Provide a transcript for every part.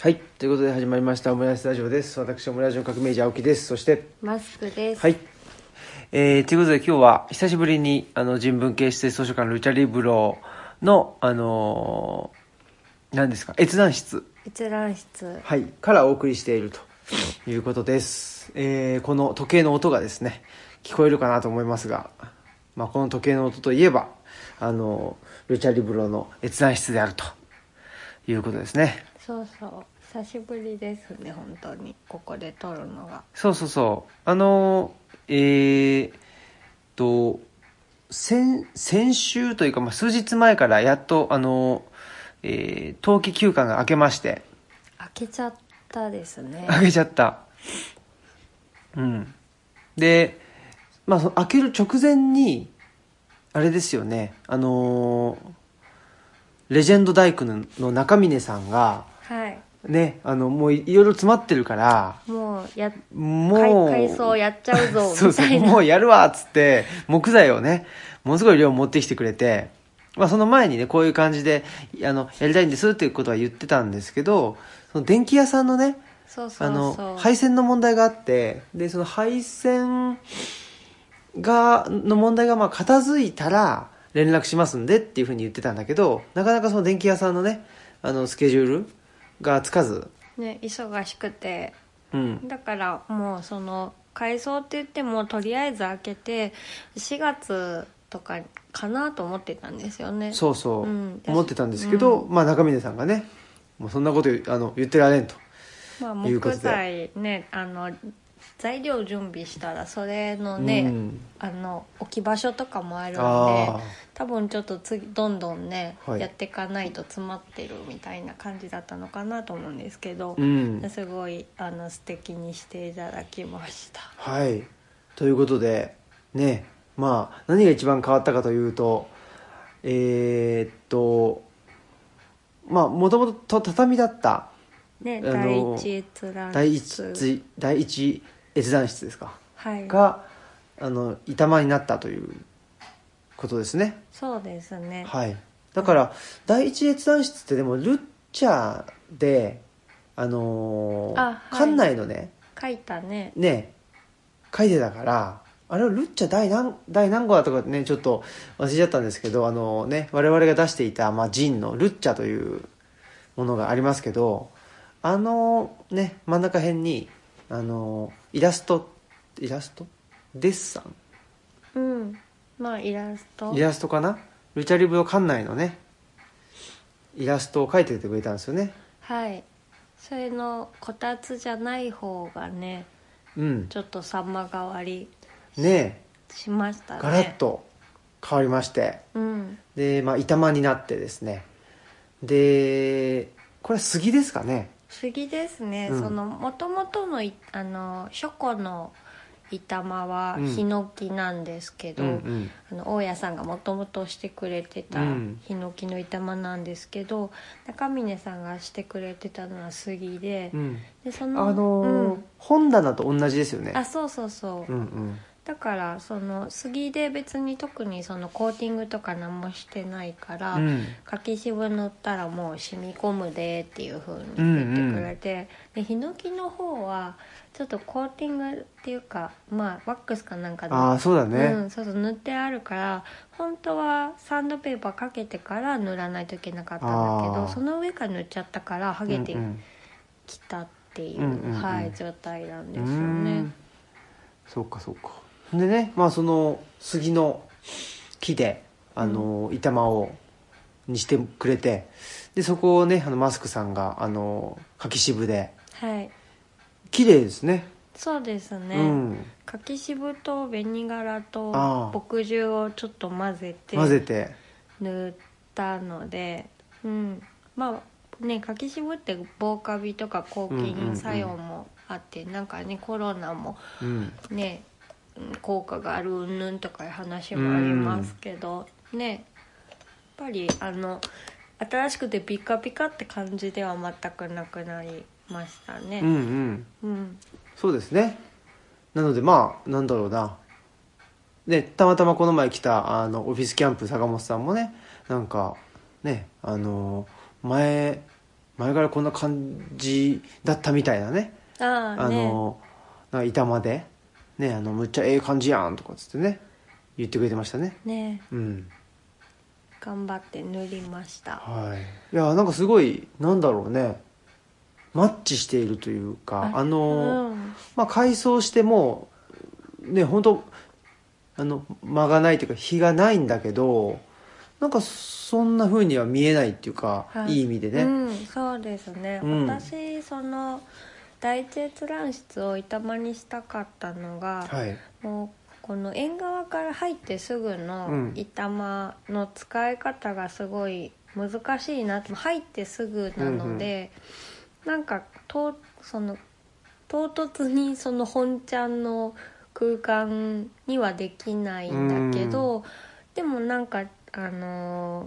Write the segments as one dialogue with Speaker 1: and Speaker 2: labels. Speaker 1: はい。ということで始まりました、オムライスラジオです。私、オムライスの革命児青木です。そして、
Speaker 2: マスクです。
Speaker 1: はい。えー、ということで今日は久しぶりに、あの、人文系指定図書館ルチャリブロの、あのー、何ですか、閲覧室。
Speaker 2: 閲覧室。
Speaker 1: はい。からお送りしているということです。えー、この時計の音がですね、聞こえるかなと思いますが、まあ、この時計の音といえば、あのー、ルチャリブロの閲覧室であるということですね。
Speaker 2: そうそう。久しぶりですね、本当に。ここで撮るのが。
Speaker 1: そうそうそう。あの、えーっと、先、先週というか、まあ、数日前からやっと、あの、えー冬季休暇が明けまして、
Speaker 2: 開けちゃったですね。
Speaker 1: 明けちゃった。うん。で、まあ、その開ける直前に、あれですよね、あのレジェンド大工のの中峰さんが、
Speaker 2: はい。
Speaker 1: ね、あの、もういいろいろ詰まってるから、
Speaker 2: もう、や、
Speaker 1: もう、
Speaker 2: 改改装やっちゃう ぞ、
Speaker 1: そう
Speaker 2: み
Speaker 1: そ
Speaker 2: た
Speaker 1: う、
Speaker 2: い
Speaker 1: も
Speaker 2: な。
Speaker 1: うやるわっつって、木材をね、ものすごい量持ってきてくれて、まあその前にね、こういう感じで、あの、やりたいんですっていうことは言ってたんですけど、その電気屋さんのね、
Speaker 2: そうそ
Speaker 1: あ
Speaker 2: う
Speaker 1: の、
Speaker 2: そう。
Speaker 1: 配線の問題があって、で、その配線が、の問題がまあ片付いたら連絡しますんでっていうふうに言ってたんだけど、なかなかその電気屋さんのね、あの、スケジュールがつかず、
Speaker 2: ね、忙しくて。
Speaker 1: うん、
Speaker 2: だから、もう、その、改装って言っても、とりあえず開けて、4月とかかなと思ってたんですよね。
Speaker 1: そうそう、
Speaker 2: うん
Speaker 1: 思ってたんですけど、まあ中峰さんがねもうそんなこと言うあの言ってられんと
Speaker 2: まあ、
Speaker 1: いうこと
Speaker 2: 木
Speaker 1: で
Speaker 2: 材ねあの材料準備したらそれのね、
Speaker 1: うん
Speaker 2: あの置き場所とかもあるんで
Speaker 1: あー
Speaker 2: 多分ちょっと次どんどんね、
Speaker 1: はい
Speaker 2: やっていかないと詰まってるみたいな感じだったのかなと思うんですけど、
Speaker 1: うん
Speaker 2: すごいあの素敵にしていただきました
Speaker 1: はいということでねまあ何が一番変わったかというとえーっとまあもともと畳だった
Speaker 2: ね
Speaker 1: あ
Speaker 2: 第
Speaker 1: の
Speaker 2: 一閲覧室
Speaker 1: 第一第一閲覧室ですか
Speaker 2: はい
Speaker 1: があの板間になったということですね
Speaker 2: そうですね
Speaker 1: はい、だから第一閲覧室ってでもルッチャーで、あのー
Speaker 2: あはい
Speaker 1: 館内のね
Speaker 2: 書いたね
Speaker 1: ね書いてたからあれはルッチャー第何第何号だとかねちょっと忘れちゃったんですけど、あのね、我々が出していた、まあ、ジンのルッチャーというものがありますけどあのね真ん中辺に、あのイラストイラストデッサン
Speaker 2: うんまあイラスト
Speaker 1: イラストかなルチャリブロ館内のねイラストを描いててくれたんですよね
Speaker 2: はいそれのこたつじゃない方がね
Speaker 1: うん
Speaker 2: ちょっと様変わり
Speaker 1: ね
Speaker 2: しました
Speaker 1: え
Speaker 2: ね
Speaker 1: ガラッと変わりまして
Speaker 2: うん
Speaker 1: でまあ板間になってですねでこれ杉ですかね
Speaker 2: 杉ですね、
Speaker 1: うん
Speaker 2: そのもともとのいあの書庫の板間は
Speaker 1: うん
Speaker 2: ヒノキなんですけど、
Speaker 1: うんうん
Speaker 2: あの大家さんがもともとしてくれてた
Speaker 1: うん
Speaker 2: ヒノキの板間なんですけど、中峰さんがしてくれてたのは杉で,、
Speaker 1: うん
Speaker 2: でそ
Speaker 1: あ
Speaker 2: の
Speaker 1: のー
Speaker 2: うん
Speaker 1: 本棚と同じですよね
Speaker 2: あそうそうそう、
Speaker 1: うんうん
Speaker 2: だからその杉で別に特にそのコーティングとか何もしてないから、
Speaker 1: うん
Speaker 2: 柿渋塗ったらもう染み込むでっていう風に言ってくれて、でヒノキの方はちょっとコーティングっていうかまあワックスかなんかで
Speaker 1: ああそうだ
Speaker 2: う
Speaker 1: ね
Speaker 2: ん、そうそう塗ってあるから本当はサンドペーパーかけてから塗らないといけなかったんだけ
Speaker 1: あ
Speaker 2: ど
Speaker 1: ー
Speaker 2: その上から塗っちゃったから剥
Speaker 1: う
Speaker 2: げて
Speaker 1: ん
Speaker 2: きたっていう、
Speaker 1: うんうんうん
Speaker 2: はい、状態なん
Speaker 1: う
Speaker 2: ですよね。
Speaker 1: んそうかそうかでねまあその杉の木であの板間をにしてくれてでそこをねあのマスクさんがあの柿渋で
Speaker 2: はい
Speaker 1: 綺麗ですね
Speaker 2: そうですね、
Speaker 1: うん
Speaker 2: 柿渋と紅柄と
Speaker 1: あー
Speaker 2: 墨汁をちょっと混ぜて
Speaker 1: 混ぜて
Speaker 2: 塗ったので、うん、まあね柿渋って防カビとか抗菌作用もあって、なんかねコロナも
Speaker 1: うん
Speaker 2: ねうん効果があるうんぬんとかいう話もありますけど、ねやっぱりあの新しくてピカピカって感じでは全くなくなりました
Speaker 1: うんう
Speaker 2: ね。
Speaker 1: ん
Speaker 2: うん、
Speaker 1: そうですねなのでまあなんだろうなでたまたまこの前来たあのオフィスキャンプ坂本さんもねなんかねあの前前からこんな感じだったみたいなね
Speaker 2: ああ
Speaker 1: あ
Speaker 2: ね
Speaker 1: のなんか板まで、ね、あのむっちゃええ感じやんとかっつってね言ってくれてましたね
Speaker 2: ね
Speaker 1: うん
Speaker 2: 頑張って塗りました
Speaker 1: はいいやなんかすごいなんだろうねマッチしているというかあの、
Speaker 2: うん
Speaker 1: まあ改装してもね本当あの間がないというか日がないんだけどなんかそんな風には見えないっていうか、
Speaker 2: はい
Speaker 1: い、い意味でね、
Speaker 2: うん、そうですね、
Speaker 1: うん
Speaker 2: 私その第一閲覧室を板間にしたかったのが、
Speaker 1: はい
Speaker 2: もうこの縁側から入ってすぐ
Speaker 1: う
Speaker 2: の
Speaker 1: ん
Speaker 2: 板間の使い方がすごい難しいなって入ってすぐなので、なんかとその唐突にその本ちゃんの空間にはできないんだけど、でもなんかあの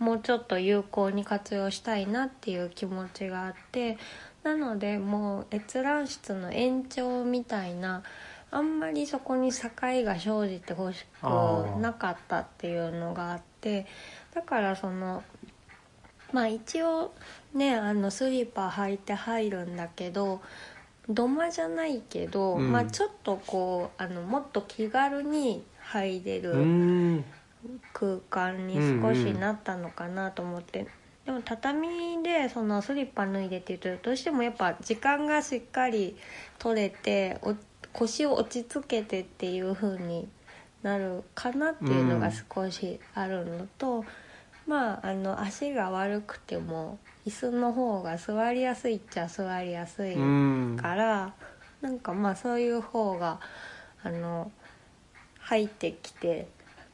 Speaker 2: ーもうちょっと有効に活用したいなっていう気持ちがあってなのでもう閲覧室の延長みたいなあんまりそこに境が生じてほしくなかったっていうのがあってだからそのまあ一応ねあのスリッパ履いて入るんだけど土間じゃないけど、
Speaker 1: うん
Speaker 2: まあちょっとこうあのもっと気軽に入れる。
Speaker 1: うん
Speaker 2: 空間に少しなったのかなと思って、でも畳でそのスリッパ脱いでって言うとどうしてもやっぱ時間がしっかり取れてお腰を落ち着けてっていう風になるかなっていうのが少しあるのと、まああの足が悪くても椅子の方が座りやすいっちゃ座りやすい
Speaker 1: うん
Speaker 2: からなんかまあそういう方があの入ってきて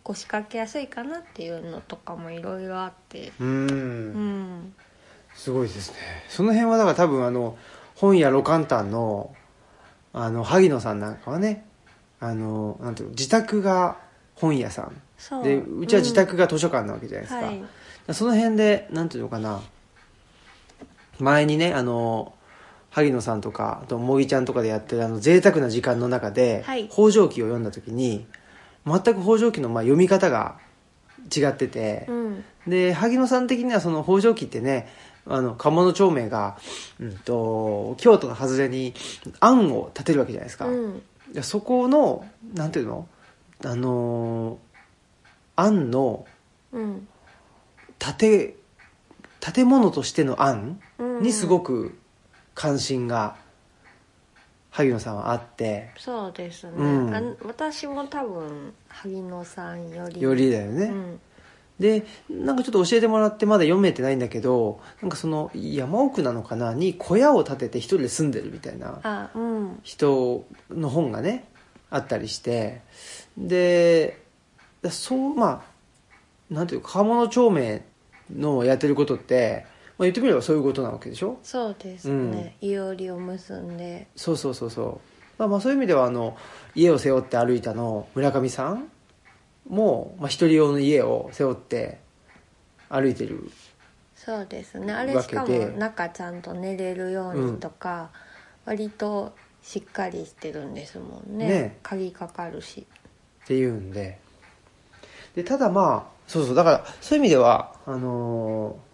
Speaker 2: 腰掛けやすいかなっていうのとかもいろいろあって
Speaker 1: う
Speaker 2: うんん
Speaker 1: すごいですねその辺はだから多分あの本屋ロカンタンのあの萩野さんなんかはねあのなんていうの自宅が本屋さん
Speaker 2: そう
Speaker 1: でうちは自宅が図書館なわけじゃないですか,、
Speaker 2: うんはい
Speaker 1: その辺でなんていうのかな前にねあの萩野さんとかあと茂木ちゃんとかでやってるあの贅沢な時間の中で、
Speaker 2: はい
Speaker 1: 北条記を読んだ時に全く北条記のまあ読み方が違ってて、
Speaker 2: うん
Speaker 1: で萩野さん的にはその北条記ってねあの鴨の長明が、うん、と京都の外れに案を立てるわけじゃないですか、
Speaker 2: うん
Speaker 1: いやそこのなんていうのあのー案の
Speaker 2: うん
Speaker 1: 建て建物としての案
Speaker 2: うん
Speaker 1: にすごく関心が萩野さんはあって
Speaker 2: そうですね、
Speaker 1: うん
Speaker 2: あ私も多分萩野さんより
Speaker 1: よりだよね、
Speaker 2: うん
Speaker 1: でなんかちょっと教えてもらってまだ読めてないんだけどなんかその山奥なのかなに小屋を建てて一人で住んでるみたいな
Speaker 2: あうん
Speaker 1: 人の本がねあったりしてでだそうまあなんていうか鴨の町名のやってることって、まあ、言ってみればそういうことなわけでしょ
Speaker 2: そうですね、いおりを結んで
Speaker 1: そうそうそうそう、まあ、まあそういう意味ではあの家を背負って歩いたの村上さんも、まあ、一人用の家を背負って歩いてる
Speaker 2: そうですねあれ
Speaker 1: わ
Speaker 2: し
Speaker 1: けで
Speaker 2: かも中ちゃんと寝れるようにとか、割としっかりしてるんですもんね
Speaker 1: ね
Speaker 2: 鍵かかるし
Speaker 1: っていうんででただまあそうそうだからそういう意味ではあのー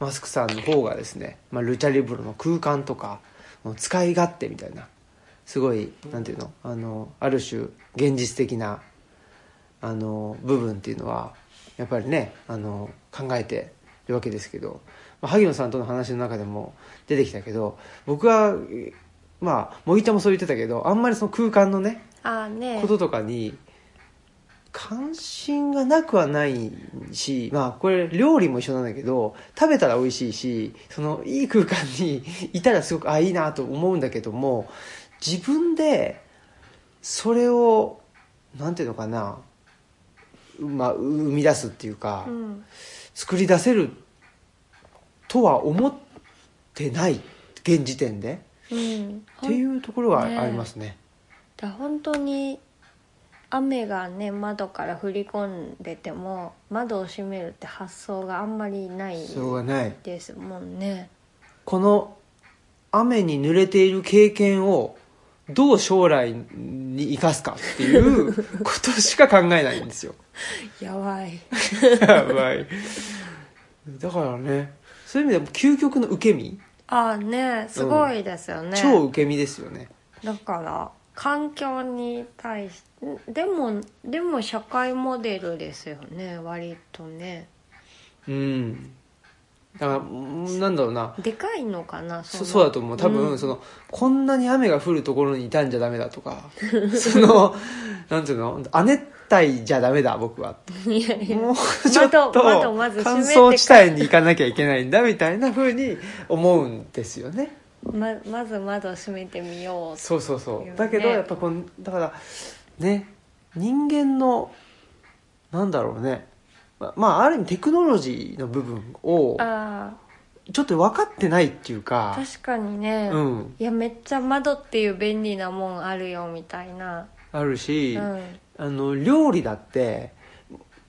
Speaker 1: マスクさんの方がですね、まあ、ルチャリブロの空間とかもう使い勝手みたいなすごいなんていうのあのある種現実的なあの部分っていうのはやっぱりねあの考えてるわけですけど、まあ、萩野さんとの話の中でも出てきたけど僕はえまあ茂木ちゃんもそう言ってたけどあんまりその空間のね
Speaker 2: ああね
Speaker 1: こととかに関心がなくはないしまあこれ料理も一緒なんだけど食べたら美味しいしそのいい空間にいたらすごくあいいなと思うんだけども自分でそれをなんていうのかな、まあ、生み出すっていうか、
Speaker 2: うん
Speaker 1: 作り出せるとは思ってない現時点で
Speaker 2: うん
Speaker 1: っていうところはありますね。
Speaker 2: だ本当に雨がね窓から降り込んでても窓を閉めるって発想があんまりない
Speaker 1: しょうがない
Speaker 2: ですもんね
Speaker 1: この雨に濡れている経験をどう将来に生かすかって いうことしか考えないんですよ。
Speaker 2: やばい
Speaker 1: やばい。だからね、そういう意味では究極の受け身、
Speaker 2: ああねすごいですよね、
Speaker 1: 超受け身ですよね
Speaker 2: だから環境に対してでもでも社会モデルですよね割とね
Speaker 1: うんだからうんなんだろうな
Speaker 2: でかいのかな
Speaker 1: そそうだと思う多分、そ
Speaker 2: の
Speaker 1: のこんなに雨が降るところにいたんじゃダメだとか そのなんていうの亜熱帯じゃダメだ僕は
Speaker 2: うんいやいや
Speaker 1: もうちょっと
Speaker 2: 窓窓まず閉
Speaker 1: 乾
Speaker 2: めて
Speaker 1: 燥地帯に行かなきゃいけないんだみたいな風に思うんですよね
Speaker 2: ままず窓閉めてみよう
Speaker 1: そうそうそ
Speaker 2: いうや
Speaker 1: だけど
Speaker 2: ね
Speaker 1: やっぱこのだからね人間のなんだろうねままあある意味テクノロジーの部分を
Speaker 2: あ
Speaker 1: ちょっと分かってないっていう
Speaker 2: あ
Speaker 1: か
Speaker 2: 確かにね、
Speaker 1: うん
Speaker 2: いやめっちゃ窓っていう便利なもんあるよみたいな、
Speaker 1: ある
Speaker 2: う
Speaker 1: し、
Speaker 2: ん、
Speaker 1: あの料理だって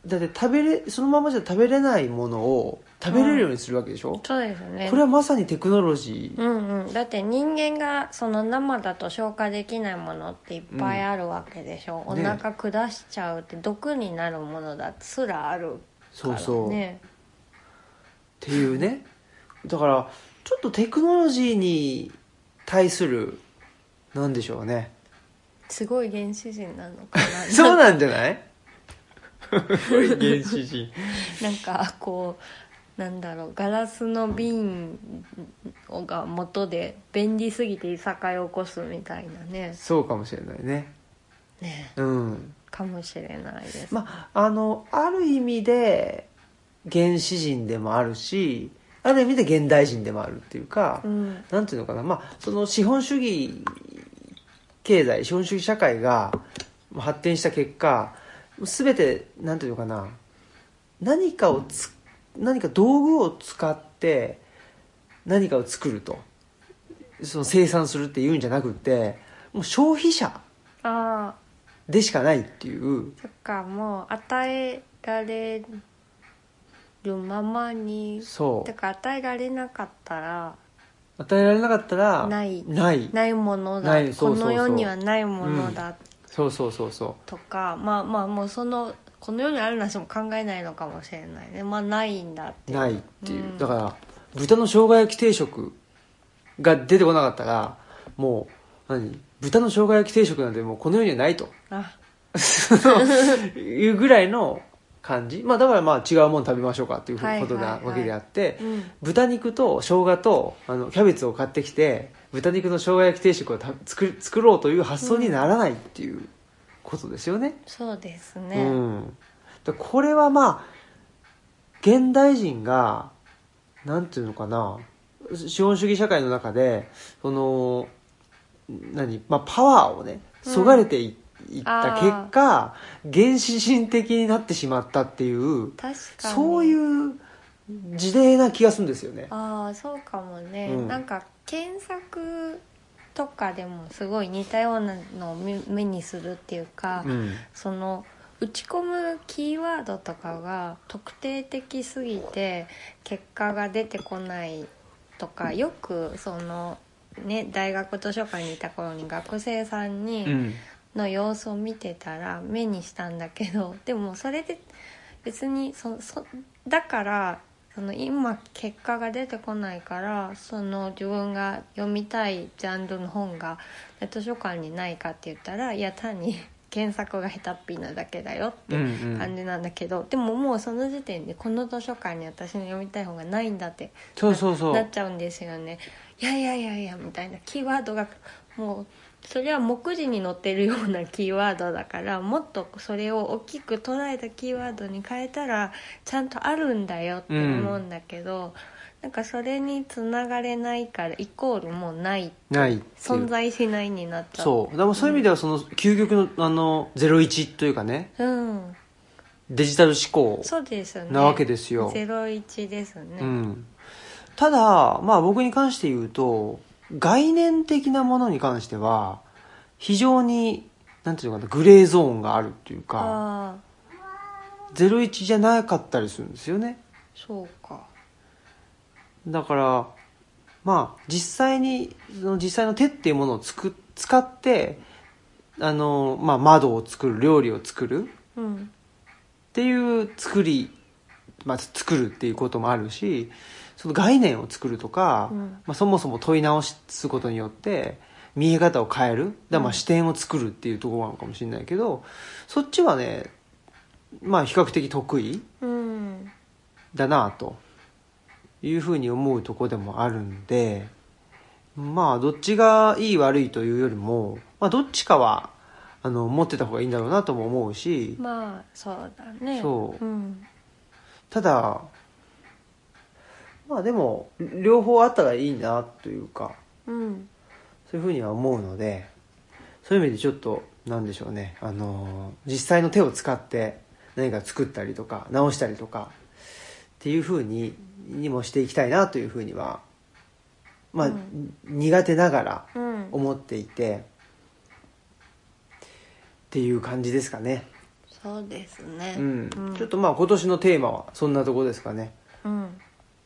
Speaker 1: だって食べれそのままじゃ食べれないものを食べれるようにするわけでしょ、
Speaker 2: そうですよね
Speaker 1: これはまさにテクノロジー
Speaker 2: うんうん、だって人間がその生だと消化できないものっていっぱいあるわけでしょ、
Speaker 1: うんね
Speaker 2: お腹下しちゃうって毒になるものだってすらあるか
Speaker 1: そ
Speaker 2: ら、ね、
Speaker 1: うそう、っていうねだからちょっとテクノロジーに対するなんでしょうね
Speaker 2: すごい原始人なのかな
Speaker 1: そうなんじゃない原始人
Speaker 2: なんかこうなんだろうガラスの瓶が元で便利すぎていさかいを起こすみたいなね
Speaker 1: そうかもしれないね
Speaker 2: ね
Speaker 1: うん
Speaker 2: かもしれないです、
Speaker 1: まああのある意味で原始人でもあるしある意味で現代人でもあるっていうか、
Speaker 2: うん
Speaker 1: なんていうのかな、まあ、その資本主義経済、資本主義社会がまあ発展した結果、すべて、なんていうのかな、何かをつ、何か道具を使って、何かを作ると。その生産するっていうんじゃなくて、もう消費者
Speaker 2: ああ
Speaker 1: でしかないっていう、
Speaker 2: そっかもう与えられるままに
Speaker 1: そ
Speaker 2: だから与えられなかったら
Speaker 1: う。与えられなかったら、
Speaker 2: ない
Speaker 1: ない。
Speaker 2: ないものだ
Speaker 1: ないそうそうそう
Speaker 2: この世にはないものだ
Speaker 1: そうそうそうそ
Speaker 2: とか、まあまあもうそのこの世にあるなしも考えないのかもしれないねまあないんだって
Speaker 1: う。
Speaker 2: いう
Speaker 1: ないっていう。
Speaker 2: うん
Speaker 1: だから、豚の生姜焼き定食が出てこなかったら、もう、何豚の生姜焼き定食なんてもうこの世にはない と。
Speaker 2: あ
Speaker 1: いうぐらいの感じ。まあだからまあ違うもの食べましょうかっていうこと
Speaker 2: はいは
Speaker 1: ない
Speaker 2: はい
Speaker 1: わけであって、
Speaker 2: うん
Speaker 1: 豚肉と生姜とあのキャベツを買ってきて、豚肉の生姜焼き定食をた作る作ろうという発想にならないっていうことですよね。
Speaker 2: そうです
Speaker 1: うん。
Speaker 2: ね、
Speaker 1: だからこれはまあ、現代人が、なんていうのかな、資本主義社会の中で、その、何、まあ、パワーをね、
Speaker 2: うん
Speaker 1: そがれてい,、った
Speaker 2: あ
Speaker 1: 結
Speaker 2: ー
Speaker 1: 果、原始人的になってしまったっていう、
Speaker 2: 確かに
Speaker 1: そういう事例な気がするんですよね。
Speaker 2: ああそうかもね、
Speaker 1: うん
Speaker 2: なんか検索とかでもすごい似たようなのを目目にするっていうか、
Speaker 1: うん。
Speaker 2: その打ち込むキーワードとかが特定的すぎて結果が出てこないとかよくその、ね、大学図書館にいた頃に学生さんに、
Speaker 1: うん。
Speaker 2: の様子を見てたら目にしたんだけど でもそれで別にそそだからその今結果が出てこないからその自分が読みたいジャンルの本が図書館にないかって言ったらいや単に 検索が下手っぴなだけだよって
Speaker 1: うんうん
Speaker 2: 感じなんだけど、でももうその時点でこの図書館に私の読みたい本がないんだって
Speaker 1: そうそうそ
Speaker 2: な
Speaker 1: う
Speaker 2: っ。ちゃうんですよねいやいやいやいやみたいなキーワードがもうそれは目次に載ってるようなキーワードだからもっとそれを大きく捉えたキーワードに変えたらちゃんとあるんだよって思うんだけど、なんかそれにつながれないからイコールもうない
Speaker 1: ないっていう
Speaker 2: 存在しないになっちゃう
Speaker 1: そう。でもそういう意味では、その、究極の、あの、01というかね、
Speaker 2: う、ん、
Speaker 1: デジタル思考
Speaker 2: そうですよね
Speaker 1: なわけですよ。
Speaker 2: 01ですね、
Speaker 1: うん、ただ、まあ、僕に関して言うと概念的なものに関しては非常になんていうのかなグレーゾーンがあるっていうか
Speaker 2: ああ
Speaker 1: 01じゃなかったりするんですよね
Speaker 2: そうか
Speaker 1: だからまあ実際にその実際の手っていうものをつく使ってあの、まあ、窓を作る料理を作る
Speaker 2: うん
Speaker 1: っていう作り、まあ、作るっていうこともあるしその概念を作るとか、
Speaker 2: うん
Speaker 1: まあ、そもそも問い直すことによって見え方を変えるだからま
Speaker 2: う
Speaker 1: あ
Speaker 2: ん
Speaker 1: 視点を作るっていうところなのかもしれないけど、そっちはねまあ比較的得意
Speaker 2: うん
Speaker 1: だなというふうに思うとこでもあるんでまあどっちがいい悪いというよりも、まあ、どっちかはあの持ってた方がいいんだろうなとも思うし
Speaker 2: まあそうだね
Speaker 1: そう
Speaker 2: うん
Speaker 1: ただまあでも両方あったらいいなというか
Speaker 2: うん
Speaker 1: そういうふうには思うのでそういう意味でちょっとなんでしょうねあの実際の手を使って何か作ったりとか直したりとかっていうふうににもしていきたいなというふうにはまあ、
Speaker 2: うん
Speaker 1: 苦手ながら
Speaker 2: うん
Speaker 1: 思っていてっていう感じですかね、
Speaker 2: そうですね
Speaker 1: うん
Speaker 2: うん
Speaker 1: ちょっとまあ今年のテーマはそんなとこですかね
Speaker 2: うん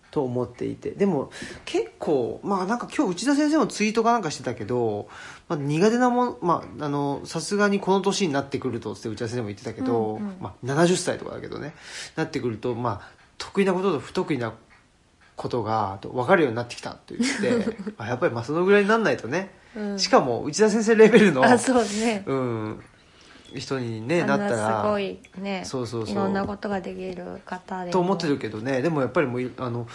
Speaker 1: と思っていてでも結構まあなんか今日内田先生のツイートかなんかしてたけど、まあ、苦手なもんまああのさすがにこの年になってくるとって内田先生も言ってたけど、
Speaker 2: うんうん
Speaker 1: まあ、70歳とかだけどねなってくるとまあ得意なことと不得意なことがと分かるようになってきたと言って あやっぱりまあそのぐらいにならないとね、
Speaker 2: うん
Speaker 1: しかも内田先生レベルの
Speaker 2: あそうね
Speaker 1: うん、人に、ね、な
Speaker 2: あ
Speaker 1: っ
Speaker 2: ん
Speaker 1: たら
Speaker 2: すごいね
Speaker 1: そうそうそう
Speaker 2: ろんなことができる方でも
Speaker 1: と思ってるけどねでもやっぱりもういあの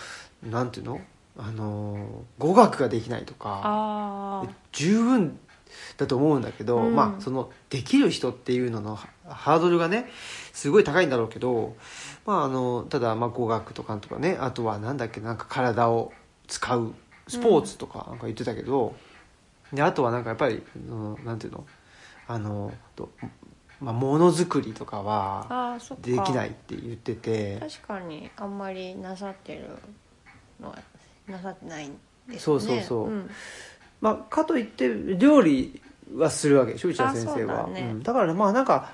Speaker 1: なんていうのあの語学ができないとか
Speaker 2: ああ
Speaker 1: 十分だと思うんだけど、
Speaker 2: うん
Speaker 1: まあそのできる人っていうののハハードルがねすごい高いんだろうけど、まあ、あのただまあ語学とかとかねあとはなんだっけなんか体を使うスポーツとかなんか言ってたけど、であとはなんかやっぱりあのなんていうのあのとまあ、ものづくりとかは
Speaker 2: あーそっか
Speaker 1: できないって言ってて
Speaker 2: 確かにあんまりなさってるのはなさってないんですね
Speaker 1: そうそうそう
Speaker 2: うん
Speaker 1: まあ、かといって料理はするわけでしょ内田先生
Speaker 2: あ
Speaker 1: は
Speaker 2: そうだね
Speaker 1: んだからまあなんか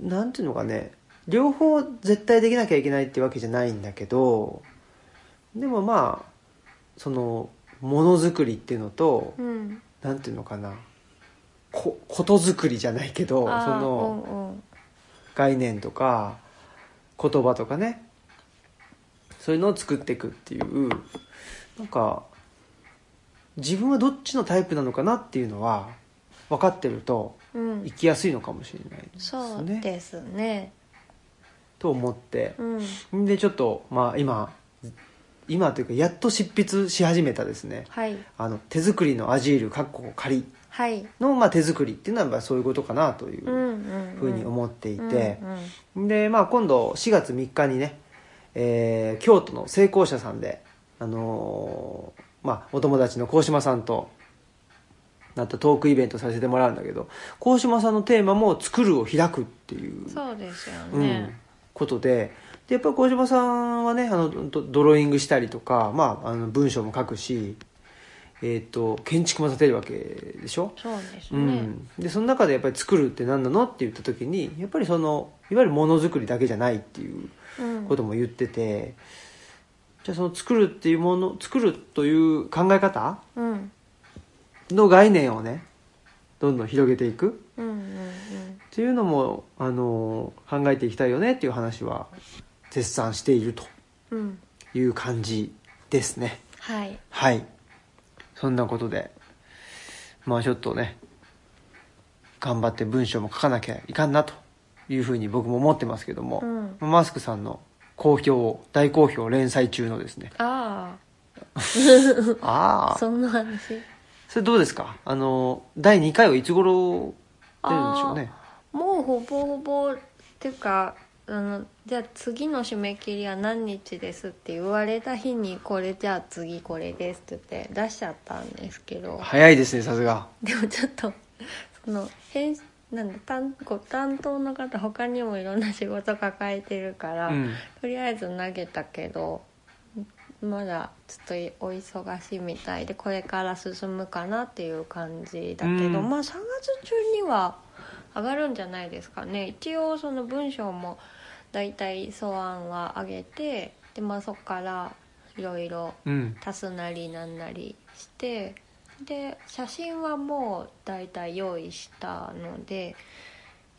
Speaker 1: なんていうのかね両方絶対できなきゃいけないってわけじゃないんだけどでもまあそのものづくりっていうのと、
Speaker 2: うん
Speaker 1: なんていうのかなこことづくりじゃないけどそ
Speaker 2: あー
Speaker 1: の
Speaker 2: うんうん
Speaker 1: 概念とか言葉とかねそういうのを作っていくっていうなんか自分はどっちのタイプなのかなっていうのは分かってると
Speaker 2: うん
Speaker 1: 生きやすいのかもしれないです
Speaker 2: そう
Speaker 1: ね。
Speaker 2: ですね
Speaker 1: と思って
Speaker 2: うん
Speaker 1: でちょっとまあ今今というかやっと執筆し始めたですね
Speaker 2: はい
Speaker 1: あの手作りのアジールかっこ仮
Speaker 2: はい
Speaker 1: の、まあ、手作りっていうのはやっぱそういうことかなとい
Speaker 2: うん
Speaker 1: う
Speaker 2: うんうん
Speaker 1: ふうに思っていて
Speaker 2: うんうん
Speaker 1: で、まあ、今度4月3日にね、えー京都の成功者さんで、あのーまあ、お友達の鴻島さんとなったトークイベントさせてもらうんだけど鴻島さんのテーマも「作るを開く」っていう
Speaker 2: そうですよ
Speaker 1: うん
Speaker 2: ね、
Speaker 1: ことででやっぱり鴻島さんはねあのドドローイングしたりとか、まあ、あの文章も書くし、えー、と建築も建てるわけでしょ
Speaker 2: そうです
Speaker 1: う
Speaker 2: ね
Speaker 1: ん、でその中でやっぱり作るって何なのって言った時にやっぱりそのいわゆるものづくりだけじゃないっていう
Speaker 2: うん
Speaker 1: ことも言ってて、じゃあその作るっていうもの作るという考え方
Speaker 2: うん
Speaker 1: の概念をねどんどん広げていく
Speaker 2: うんうんうん
Speaker 1: っていうのもあの考えていきたいよねっていう話は絶賛していると
Speaker 2: うん
Speaker 1: いう感じですね
Speaker 2: はい
Speaker 1: はいそんなことでまあちょっとね頑張って文章も書かなきゃいかんなというふうに僕も思ってますけども、
Speaker 2: うん
Speaker 1: マスクさんの好評を大好評連載中のですね
Speaker 2: あ
Speaker 1: あ
Speaker 2: あ
Speaker 1: あ
Speaker 2: そんな話
Speaker 1: それどうですかあの第2回はいつ頃出るんでしょうね
Speaker 2: もうほぼほぼっていうかあのじゃあ次の締め切りは何日ですって言われた日にこれじゃあ次これですって言って出しちゃったんですけど
Speaker 1: 早いですねさすが
Speaker 2: でもちょっとその編なんだ担ご担当の方他にもいろんな仕事抱えてるから、
Speaker 1: うん
Speaker 2: とりあえず投げたけどまだちょっとお忙しいみたいでこれから進むかなっていう感じだけど、
Speaker 1: うん
Speaker 2: まあ3月中には上がるんじゃないですかね一応その文章もだいたい素案は上げてで、まあ、そこからいろいろ
Speaker 1: うん
Speaker 2: 足すなりなんなりしてで写真はもうだいたい用意したので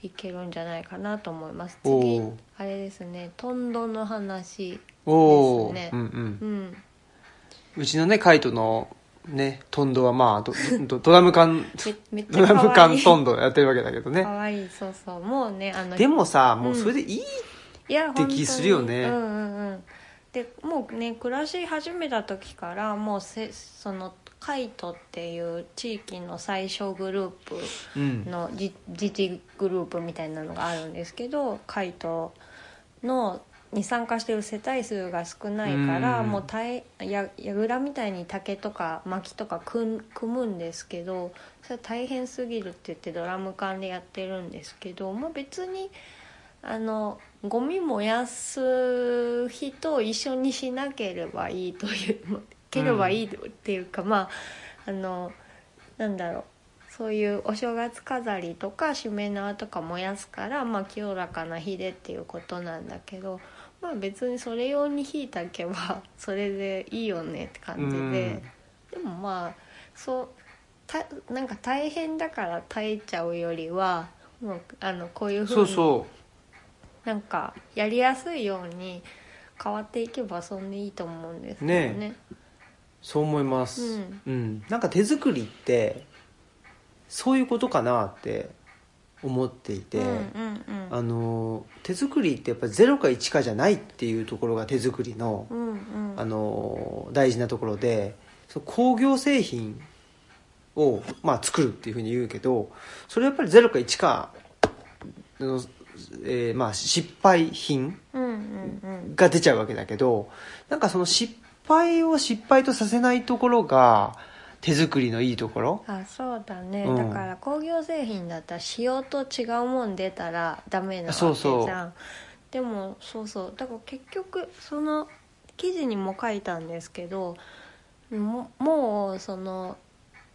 Speaker 2: いけるんじゃないかなと思います
Speaker 1: お
Speaker 2: 次
Speaker 1: ー
Speaker 2: あれですねトンドの話
Speaker 1: おお、
Speaker 2: ですね
Speaker 1: うんうん
Speaker 2: うん
Speaker 1: うちのね、カイトのね、トンドはまあ、ドドドラム缶、
Speaker 2: めめっち
Speaker 1: ド
Speaker 2: ゃ
Speaker 1: ラム
Speaker 2: 可愛
Speaker 1: 缶
Speaker 2: い
Speaker 1: トンドやってるわけだけどね
Speaker 2: 可。愛いそうそうもうねあの
Speaker 1: でもさ、もううんそれでいい、
Speaker 2: いや
Speaker 1: って気するよね
Speaker 2: 本当にうんうんうんでもうね暮らし始めた時からもうせそのカイトっていう地域の最小グループ
Speaker 1: うん。
Speaker 2: のじ自治グループみたいなのがあるんですけどカイトのに参加してる世帯数が少ないから
Speaker 1: うん
Speaker 2: もうたいややぐらみたいに竹とか薪とか組ん組むんですけどそれ大変すぎるって言ってドラム缶でやってるんですけど、まあ、別にあのゴミ燃やす人を一緒にしなければいいというければいいっていうか、まああのなんだろうそういうお正月飾りとかしめ縄とか燃やすから、まあ、清らかな火でっていうことなんだけど、まあ、別にそれ用に火だけは それでいいよねって感じで、でもまあそうたなんか大変だから耐えちゃうよりはもうあのこういうふ
Speaker 1: そうう
Speaker 2: に
Speaker 1: そ
Speaker 2: なんかやりやすいように変わっていけばそんでいいと思うんですよね
Speaker 1: ねう、そう思います。う
Speaker 2: うんん、
Speaker 1: なんか手作りって、そういうことかなって思っていて、
Speaker 2: うんうん
Speaker 1: あの、手作りってやっぱ0か1かじゃないっていうところが手作りの、
Speaker 2: うんうんう
Speaker 1: あ
Speaker 2: ん
Speaker 1: の大事なところでその工業製品を、まあ、作るっていうふうに言うけどそれやっぱり0か1かの、えーまあ、失敗品
Speaker 2: うんうん
Speaker 1: が出ちゃうわけだけどなんかその失敗を失敗とさせないところが手作りのいいところ
Speaker 2: あそうだね、
Speaker 1: うん
Speaker 2: だから工業製品だったら仕様と違うもん出たらダメなわけじゃ
Speaker 1: そ
Speaker 2: ん
Speaker 1: うそう
Speaker 2: でもそうそうだから結局その記事にも書いたんですけどももうその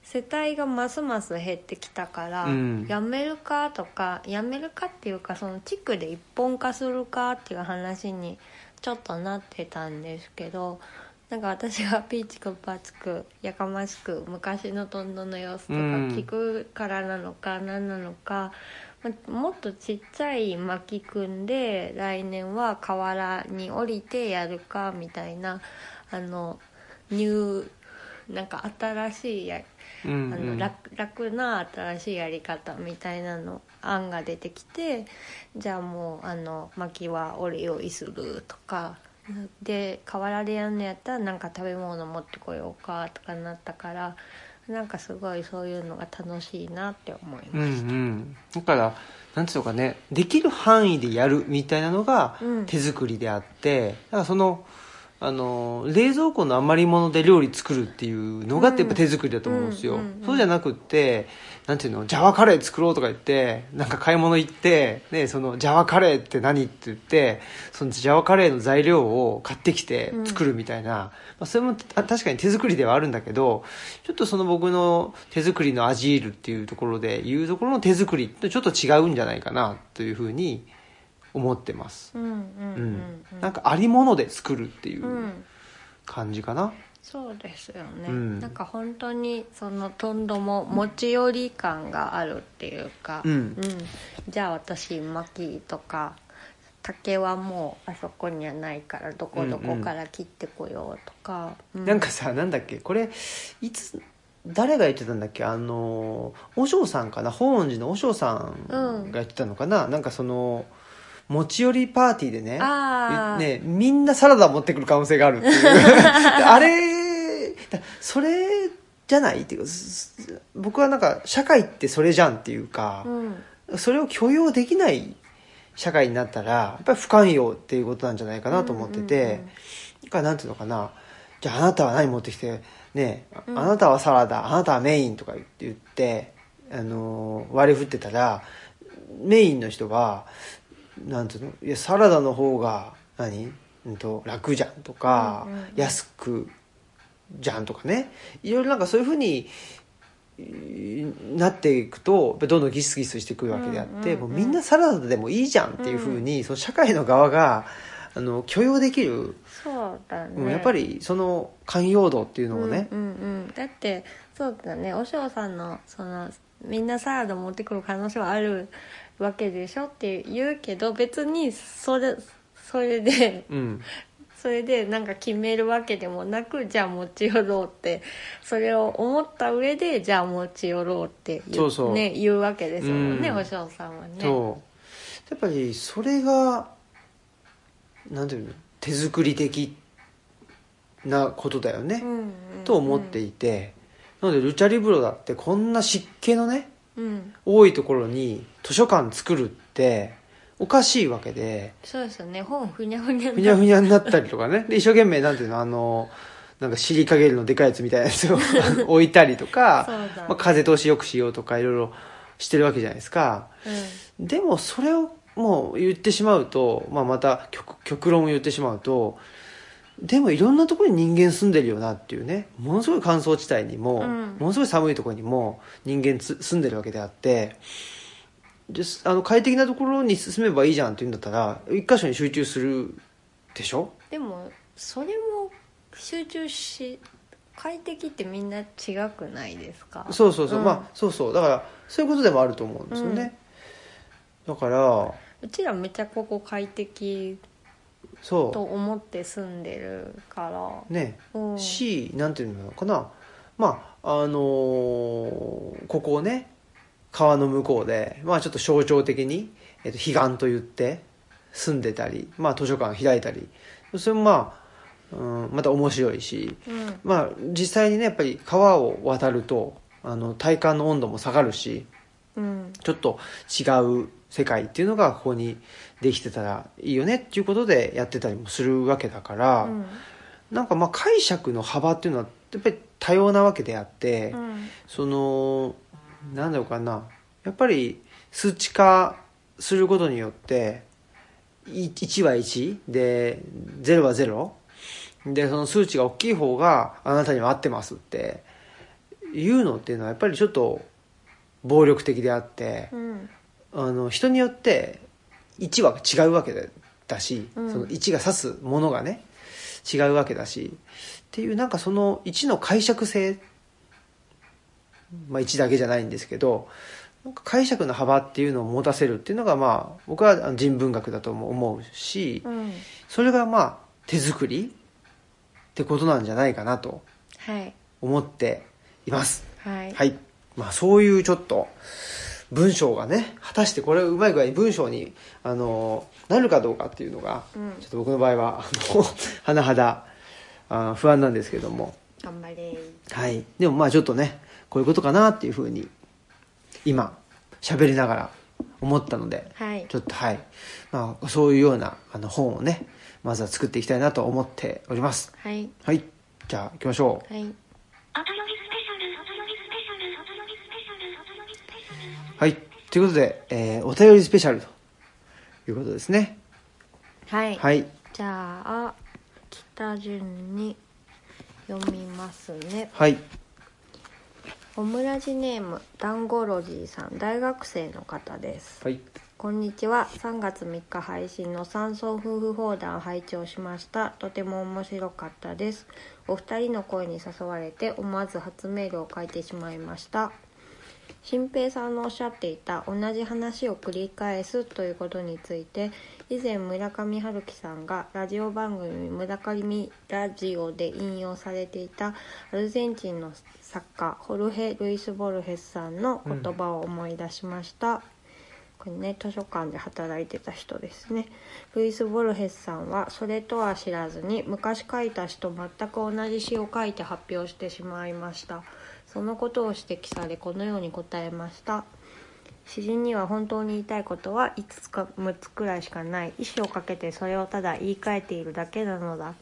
Speaker 2: 世帯がますます減ってきたから、
Speaker 1: うん
Speaker 2: やめるかとかやめるかっていうかその地区で一本化するかっていう話にちょっとなってたんですけどなんか私がピーチクパチクやかましく昔のトンドの様子とか聞くからなのか何なのか、まもっとちっちゃい巻き組んで来年は河原に降りてやるかみたいなあのニューなんか新しいや
Speaker 1: うん
Speaker 2: あ
Speaker 1: う
Speaker 2: の
Speaker 1: ん
Speaker 2: 楽楽な新しいやり方みたいなの案が出てきてじゃあもうあの薪は俺用意するとかで河原でやるのやったらなんか食べ物持ってこようかとかなったからなんかすごいそういうのが楽しいなって思い
Speaker 1: うん
Speaker 2: ま
Speaker 1: う
Speaker 2: す。
Speaker 1: ん、だからなんつうのかねできる範囲でやるみたいなのが
Speaker 2: うん
Speaker 1: 手作りであって、だからそのあの冷蔵庫の余り物で料理作るっていうのがやっぱ手作りだと思うんですよ、
Speaker 2: うんうんうん
Speaker 1: そうじゃなくってなんていうのジャワカレー作ろうとか言ってなんか買い物行って、ね、そのジャワカレーって何って言ってそのジャワカレーの材料を買ってきて作るみたいな、まあ、それもあ確かに手作りではあるんだけどちょっとその僕の手作りのアジールっていうところでいうところの手作りとちょっと違うんじゃないかなというふうに思ってます、
Speaker 2: うんうん
Speaker 1: う
Speaker 2: うんんうん
Speaker 1: なんかありもので作るっていううん感じかな、
Speaker 2: そうですよね、
Speaker 1: うん
Speaker 2: なんか本当にそのとんども持ち寄り感があるっていうか、
Speaker 1: うん
Speaker 2: じゃあ私薪とか竹はもうあそこにはないからどこどこから切ってこようとか、う
Speaker 1: なんかさなんだっけこれいつ誰が言ってたんだっけあの和尚さんかな法恩寺の和尚さんが言ってたのかな、なんかその持ち寄りパーティーでね
Speaker 2: あー
Speaker 1: ねみんなサラダ持ってくる可能性があるっていう あれだそれじゃないっていうかすす僕はなんか社会ってそれじゃんっていうか、
Speaker 2: うん
Speaker 1: それを許容できない社会になったらやっぱり不寛容っていうことなんじゃないかなと思ってて、
Speaker 2: うんうんうん
Speaker 1: だからなんていうのかなじゃああなたは何持ってきてねあ
Speaker 2: うん
Speaker 1: あなたはサラダあなたはメインとか言って言って、あのー割り振ってたらメインの人がなんていうのいやサラダの方が何、うん、と楽じゃんとか、
Speaker 2: うんうんうん
Speaker 1: 安くじゃんとかねいろいろなんかそういうふうにえーなっていくとやっぱどんどんギスギスしてくるわけであって、
Speaker 2: うんうんうん
Speaker 1: もうみんなサラダでもいいじゃんっていうふうに、その社会の側があの許容できる、
Speaker 2: そうだね、
Speaker 1: うんやっぱりその寛容度っていうのをね、
Speaker 2: うんうんうんだってそうだね和尚さんのそのみんなサラダ持ってくる可能性はあるわけでしょって言うけど別にそれそれで
Speaker 1: うん
Speaker 2: それでなんか決めるわけでもなくじゃあ持ち寄ろうってそれを思った上でじゃあ持ち寄ろうって言
Speaker 1: そうそう
Speaker 2: ね、言うわけですもんね、
Speaker 1: うん
Speaker 2: お嬢さんはね
Speaker 1: そうやっぱりそれがなんていうの手作り的なことだよね、
Speaker 2: んん
Speaker 1: と思っていて、なのでルチャリブロだってこんな湿気のね
Speaker 2: うん
Speaker 1: 多いところに図書館作るっておかしいわけで
Speaker 2: そうですよね本ふにゃふにゃ
Speaker 1: ふにゃふ
Speaker 2: に
Speaker 1: にゃになったりとかねで一生懸命なんていうのあのなんか尻かげるのでかいやつみたいなやつを あの置いたりとか、
Speaker 2: そうだね
Speaker 1: まあ、風通しよくしようとかいろいろしてるわけじゃないですか。
Speaker 2: ゃ、うん
Speaker 1: でもそれをもう言ってしまうと、まあ、また極極論を言ってしまうとでもいろんなところに人間住んでるよなっていうねものすごい乾燥地帯にも、
Speaker 2: うん
Speaker 1: ものすごい寒いところにも人間つ住んでるわけであってですあの快適なところに住めばいいじゃんって言うんだったら一箇所に集中するでしょ
Speaker 2: でもそれも集中し快適ってみんな違くないですか
Speaker 1: そうそうそう、
Speaker 2: ん
Speaker 1: まあそうそうだからそういうことでもあると思うんですよね、だから
Speaker 2: うちらめっちゃここ快適
Speaker 1: そう
Speaker 2: と思って住んでるから
Speaker 1: ね
Speaker 2: うん
Speaker 1: しなんていうのかなまああのーここをね川の向こうで、まあ、ちょっと象徴的に、えっと、彼岸と言って住んでたり、まあ、図書館開いたりそれもまあ、うん、また面白いし、
Speaker 2: うん
Speaker 1: まあ、実際にねやっぱり川を渡るとあの体感の温度も下がるし
Speaker 2: うん
Speaker 1: ちょっと違う世界っていうのがここにできてたらいいよねっていうことでやってたりもするわけだから。
Speaker 2: うん
Speaker 1: なんかまあ解釈の幅っていうのはやっぱり多様なわけであって、
Speaker 2: うん
Speaker 1: そのなんだろうかなやっぱり数値化することによってい1は1で0は0でその数値が大きい方があなたには合ってますっていうのっていうのはやっぱりちょっと暴力的であって
Speaker 2: う、ん
Speaker 1: あの人によって1は違うわけだし、
Speaker 2: うん
Speaker 1: その1が指すものがね違うわけだしっていうなんかその1の解釈性、まあ、1だけじゃないんですけどなんか解釈の幅っていうのを持たせるっていうのがまあ僕はあの人文学だとも思うし
Speaker 2: うん
Speaker 1: それがまあ手作りってことなんじゃないかなと
Speaker 2: はい
Speaker 1: 思っています。
Speaker 2: はい
Speaker 1: はい。まあそういうちょっと、文章がね、果たしてこれをうまい具合に文章に、あの、なるかどうかっていうのが、
Speaker 2: うん
Speaker 1: ちょっと僕の場合は、あの、 甚だ、あー不安なんですけども。
Speaker 2: 頑張れ
Speaker 1: はい。でもまあちょっとね、こういうことかなっていうふうに、今、喋りながら思ったので、
Speaker 2: はい
Speaker 1: ちょっとはい。まあそういうような、あの、本をね、まずは作っていきたいなと思っております。
Speaker 2: はい
Speaker 1: はい。じゃあ行きましょう。
Speaker 2: はい
Speaker 1: はい。ということで、えーお便りスペシャルということですね。
Speaker 2: はい、
Speaker 1: はい。
Speaker 2: じゃあ北順に読みますね
Speaker 1: はい。
Speaker 2: オムラジネームダンゴロジーさん大学生の方です
Speaker 1: はい。
Speaker 2: こんにちは3月3日配信の山村夫婦砲弾拝聴しましたとても面白かったですお二人の声に誘われて思わず初メールを書いてしまいました新平さんのおっしゃっていた同じ話を繰り返すということについて以前村上春樹さんがラジオ番組「村上ラジオ」で引用されていたアルゼンチンの作家ホルヘ・ルイス・ボルヘスさんの言葉を思い出しました、これね図書館で働いてた人ですねルイス・ボルヘスさんはそれとは知らずに昔書いた詩と全く同じ詩を書いて発表してしまいましたそのことを指摘されこのように答えました詩人には本当に言いたいことはいつつか6つくらいしかない意思をかけてそれをただ言い換えているだけなのだ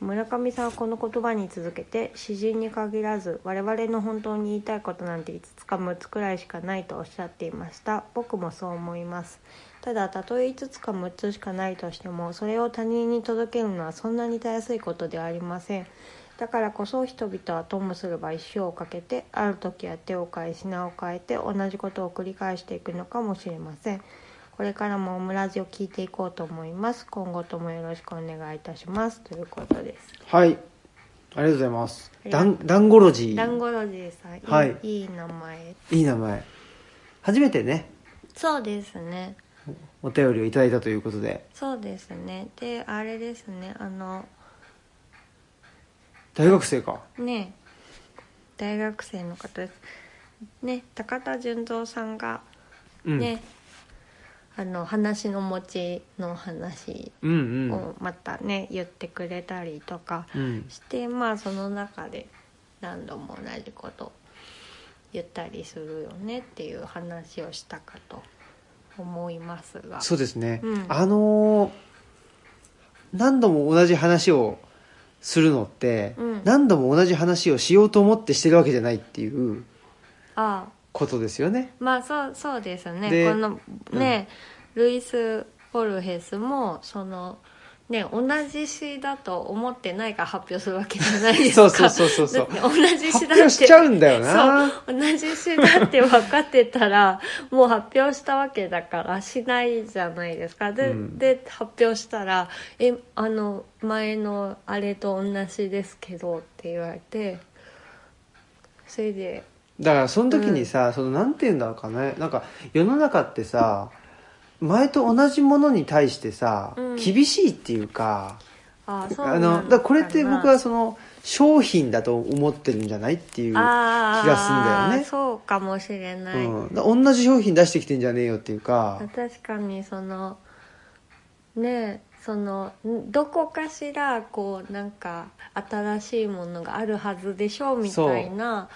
Speaker 2: 村上さんはこの言葉に続けて詩人に限らず我々の本当に言いたいことなんて5つか6つくらいしかないとおっしゃっていました僕もそう思いますただたとえ5つか6つしかないとしてもそれを他人に届けるのはそんなにたやすいことではありませんだからこそ人々はともすれば一生をかけてある時は手を変え品を変えて同じことを繰り返していくのかもしれませんこれからもオムラジを聞いていこうと思います今後ともよろしくお願いいたしますということです
Speaker 1: はい。ありがとうございます。
Speaker 2: はい
Speaker 1: ダン、ダンゴロジ
Speaker 2: ダン
Speaker 1: ー。
Speaker 2: ゴロジーさん、いい
Speaker 1: はい
Speaker 2: いい名前
Speaker 1: いい名前。初めてね、
Speaker 2: そうですね
Speaker 1: おお便りをいただいたということで
Speaker 2: そうですねであれですねあの
Speaker 1: 大学生か
Speaker 2: ね大学生の方ですね高田純三さんが
Speaker 1: うん、
Speaker 2: ね、あの話の持ちの話
Speaker 1: うんうん
Speaker 2: をまたね、言ってくれたりとか
Speaker 1: うん
Speaker 2: してまあその中で何度も同じこと言ったりするよねっていう話をしたかと思いますが
Speaker 1: そうですね、
Speaker 2: うん
Speaker 1: あのー何度も同じ話をするのって、
Speaker 2: うん
Speaker 1: 何度も同じ話をしようと思ってしてるわけじゃないっていう
Speaker 2: ああ
Speaker 1: ことですよね
Speaker 2: まあそうそうですね
Speaker 1: で
Speaker 2: このね、ルイス・ホルヘスもそのね同じ詩だと思ってないから発表するわけじゃないです
Speaker 1: そ
Speaker 2: か
Speaker 1: うそうそうそうそう
Speaker 2: だって同じ
Speaker 1: 発
Speaker 2: 詩だって
Speaker 1: 表しちゃうんだよな
Speaker 2: そう同じ詩だって分かってたらもう発表したわけだからしないじゃないですかで,、
Speaker 1: うん
Speaker 2: で発表したら「えあの前のあれと同じですけど」って言われてそれで
Speaker 1: だからその時にさ、そのなんて言うんだろうかねなんか世の中ってさ前と同じものに対してさ、
Speaker 2: うん
Speaker 1: 厳しいっていうか
Speaker 2: あそう
Speaker 1: あの
Speaker 2: なか
Speaker 1: だからこれって僕は
Speaker 2: 気
Speaker 1: その商品だと思ってるんじゃないっていう気がすんだよね
Speaker 2: そうかもしれない、
Speaker 1: うん、だ同じ商品出してきてんじゃねえよっていうか
Speaker 2: 確かにそのねえそのんどこかしらこうなんか新しいものがあるはずでしょうみたいな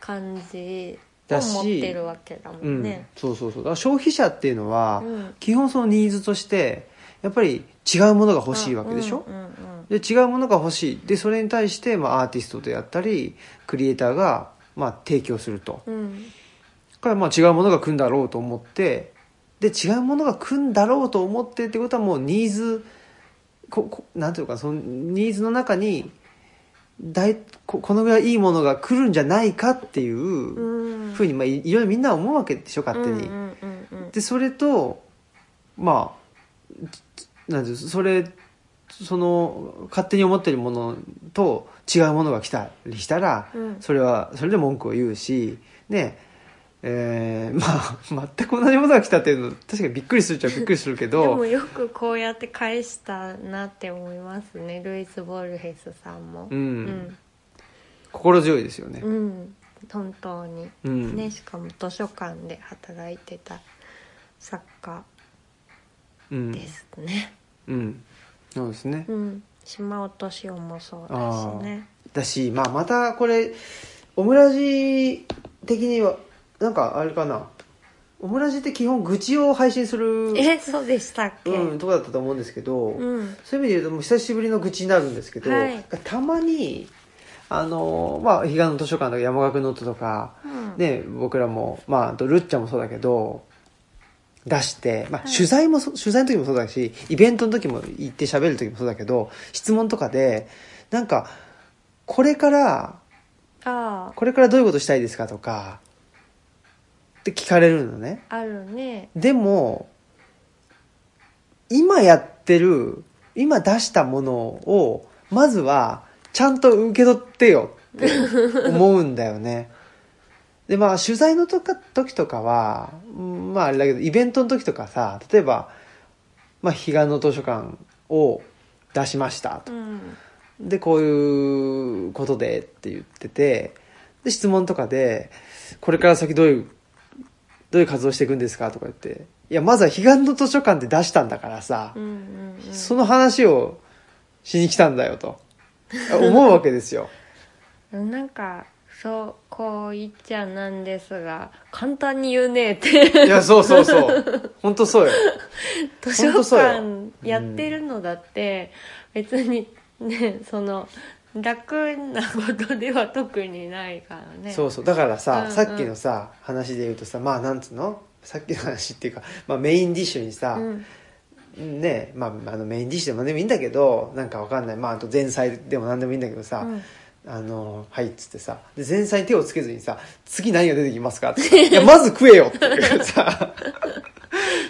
Speaker 2: 感じを
Speaker 1: だし
Speaker 2: 持ってるわけだも
Speaker 1: うん
Speaker 2: んね。
Speaker 1: そうそうそうだから消費者っていうのは、
Speaker 2: うん
Speaker 1: 基本そのニーズとしてやっぱり違うものが欲しいわけでしょ、
Speaker 2: うんうんうん
Speaker 1: で違うものが欲しいでそれに対して、まあ、アーティストであったりクリエイターが、まあ、提供すると
Speaker 2: うん
Speaker 1: だからまあ違うものが来るんだろうと思ってで違うものが来るんだろうと思ってってことはもうニーズここなんていうかそのニーズの中にだいここのぐらいいいものが来るんじゃないかっていう、
Speaker 2: うん
Speaker 1: ふうに、まあ、いいろいろみんな思うわけでしょ勝手に、
Speaker 2: うんうんうんうん
Speaker 1: でそれとまあなんていうそれその勝手に思ってるものと違うものが来たりしたら、
Speaker 2: うん
Speaker 1: それはそれで文句を言うしねえー まあ全く同じものが来たっていうの確かにびっくりするっちゃびっくりするけ
Speaker 2: でも
Speaker 1: ど
Speaker 2: よくこうやって返したなって思いますねルイス・ボルヘスさんも。
Speaker 1: うん
Speaker 2: うん
Speaker 1: 心強いですよね、
Speaker 2: うん、本当に、
Speaker 1: うん
Speaker 2: ねしかも図書館で働いてた作家
Speaker 1: うん
Speaker 2: ですね、
Speaker 1: うん、そうですね
Speaker 2: うん島落としおもそうだしね
Speaker 1: だし、まあ、またこれオムラジ的にはなんかあれかなオムラジって基本愚痴を配信する、
Speaker 2: えそうでしたっけ、
Speaker 1: うん、とこだったと思うんですけど、
Speaker 2: うん
Speaker 1: そういう意味で言うともう久しぶりの愚痴になるんですけど、
Speaker 2: はい
Speaker 1: たまにあの、まあ、彼岸の図書館とか山岳ノートとか、
Speaker 2: うん
Speaker 1: ね、僕らも、まあ、あとルッチャもそうだけど出して、まあ、
Speaker 2: はい
Speaker 1: 取材もそ、取材の時もそうだしイベントの時も行って喋る時もそうだけど質問とかでなんかこれから
Speaker 2: あ
Speaker 1: これからどういうことしたいですかとかって聞かれるのね
Speaker 2: ああるね
Speaker 1: でも今やってる今出したものをまずはちゃんと受け取ってよって思うんだよねでまあ取材のとか時とかはうんまああれだけどイベントの時とかさ例えば「まあ、彼岸の図書館を出しました」と
Speaker 2: うん
Speaker 1: でこういうことでって言っててで質問とかで「これから先どういうどういう活動していくんですか?」とか言って「いやまずは彼岸の図書館で出したんだからさ、
Speaker 2: うんうんうん
Speaker 1: その話をしに来たんだよ」と思うわけですよ。
Speaker 2: なんかそうこう言っちゃなんですが簡単に言うねえって
Speaker 1: いやそうそうそう本当そうよ。
Speaker 2: 図
Speaker 1: ほん
Speaker 2: 書
Speaker 1: とそうよ
Speaker 2: 館やってるのだって別にねその楽なことでは特にないからね
Speaker 1: そうそうだからさ、
Speaker 2: うんうん
Speaker 1: さっきのさ話で言うとさまあなんつうのさっきの話っていうか、まあ、メインディッシュにさ、
Speaker 2: うん
Speaker 1: ねまあ、あのメインディッシュでも何でもいいんだけどなんかわかんない、まあ、あと前菜でも何でもいいんだけどさ「
Speaker 2: うん
Speaker 1: あのはい」っつってさで前菜に手をつけずにさ「次何が出てきますか?」って言ったらいやまず食えよ」っていう さ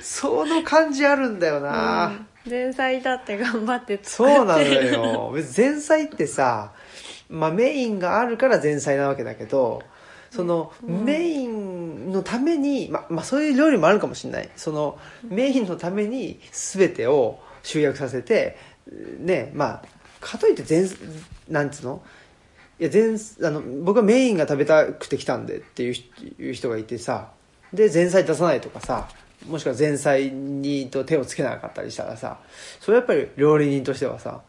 Speaker 1: その感じあるんだよな、
Speaker 2: うん前菜だって頑張って作って
Speaker 1: そうなの よ別に前菜ってさ、まあ、メインがあるから前菜なわけだけどその
Speaker 2: うん
Speaker 1: メインのために、ままあそういう料理もあるかもしれないそのメインのために全てを集約させてねまあかといって全なんつうのいや前あの僕はメインが食べたくて来たんでっていう人いう人がいてさで前菜出さないとかさもしくは前菜にと手をつけなかったりしたらさそれはやっぱり料理人としてはさ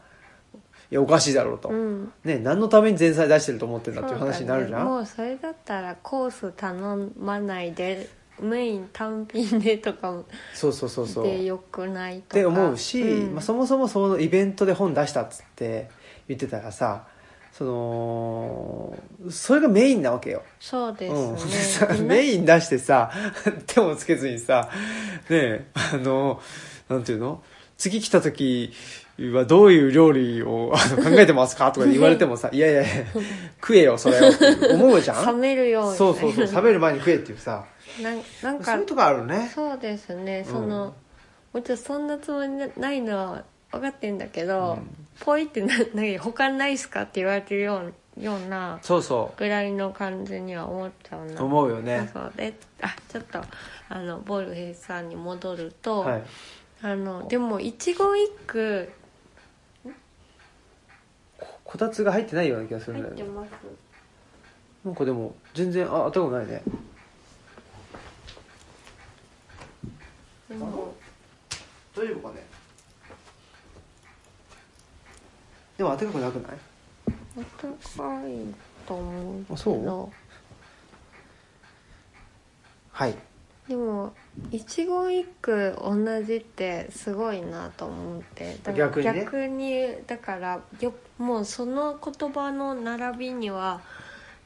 Speaker 1: いやおかしいだろうと、
Speaker 2: うん
Speaker 1: ね、何のために前菜出してると思ってんだっていう
Speaker 2: そうだ
Speaker 1: 話
Speaker 2: ね
Speaker 1: になるじゃん、
Speaker 2: もうそれだったらコース頼まないでメイン単品でとか
Speaker 1: そうそうそうそう
Speaker 2: で
Speaker 1: っ
Speaker 2: よくないとか
Speaker 1: て思うし、
Speaker 2: うん
Speaker 1: まあ、そもそもそのイベントで本出したっつって言ってたらさそのそれがメインなわけよ
Speaker 2: そうで
Speaker 1: うん、
Speaker 2: すね、
Speaker 1: でさメイン出してさ 手もつけずにさねえあのなんていうの次来た時はどういう料理をあの考えてますかとか言われても さ「いやいやいや食えよそれを」って思うじゃん
Speaker 2: 冷 めるように
Speaker 1: そうそうそう食べる前に食えっていうさ
Speaker 2: なんなん
Speaker 1: そう
Speaker 2: か
Speaker 1: いうとこあるね
Speaker 2: そうですねその、
Speaker 1: うん
Speaker 2: もちろんそんなつもりなないのは分かってんだけ
Speaker 1: う
Speaker 2: ど、
Speaker 1: ん
Speaker 2: ポイってな何他ないっすかって言われてるようような
Speaker 1: そうそ
Speaker 2: ぐらいの感じには思っちゃう
Speaker 1: う
Speaker 2: な
Speaker 1: 思うよ
Speaker 2: そう
Speaker 1: ね
Speaker 2: そうであちょっとあのボールヘイさんに戻ると、
Speaker 1: はい
Speaker 2: あのでも一言一句
Speaker 1: ここたつが入ってないような気がするんだよね
Speaker 2: ます
Speaker 1: なんかでも全然あ頭ないね
Speaker 2: でも
Speaker 1: 大丈夫かねでも暖かくなくない
Speaker 2: 高いと思うけど
Speaker 1: あそはい
Speaker 2: でも一言一句同じってすごいなと思ってだから
Speaker 1: 逆にね
Speaker 2: 逆にだからよもうその言葉の並びには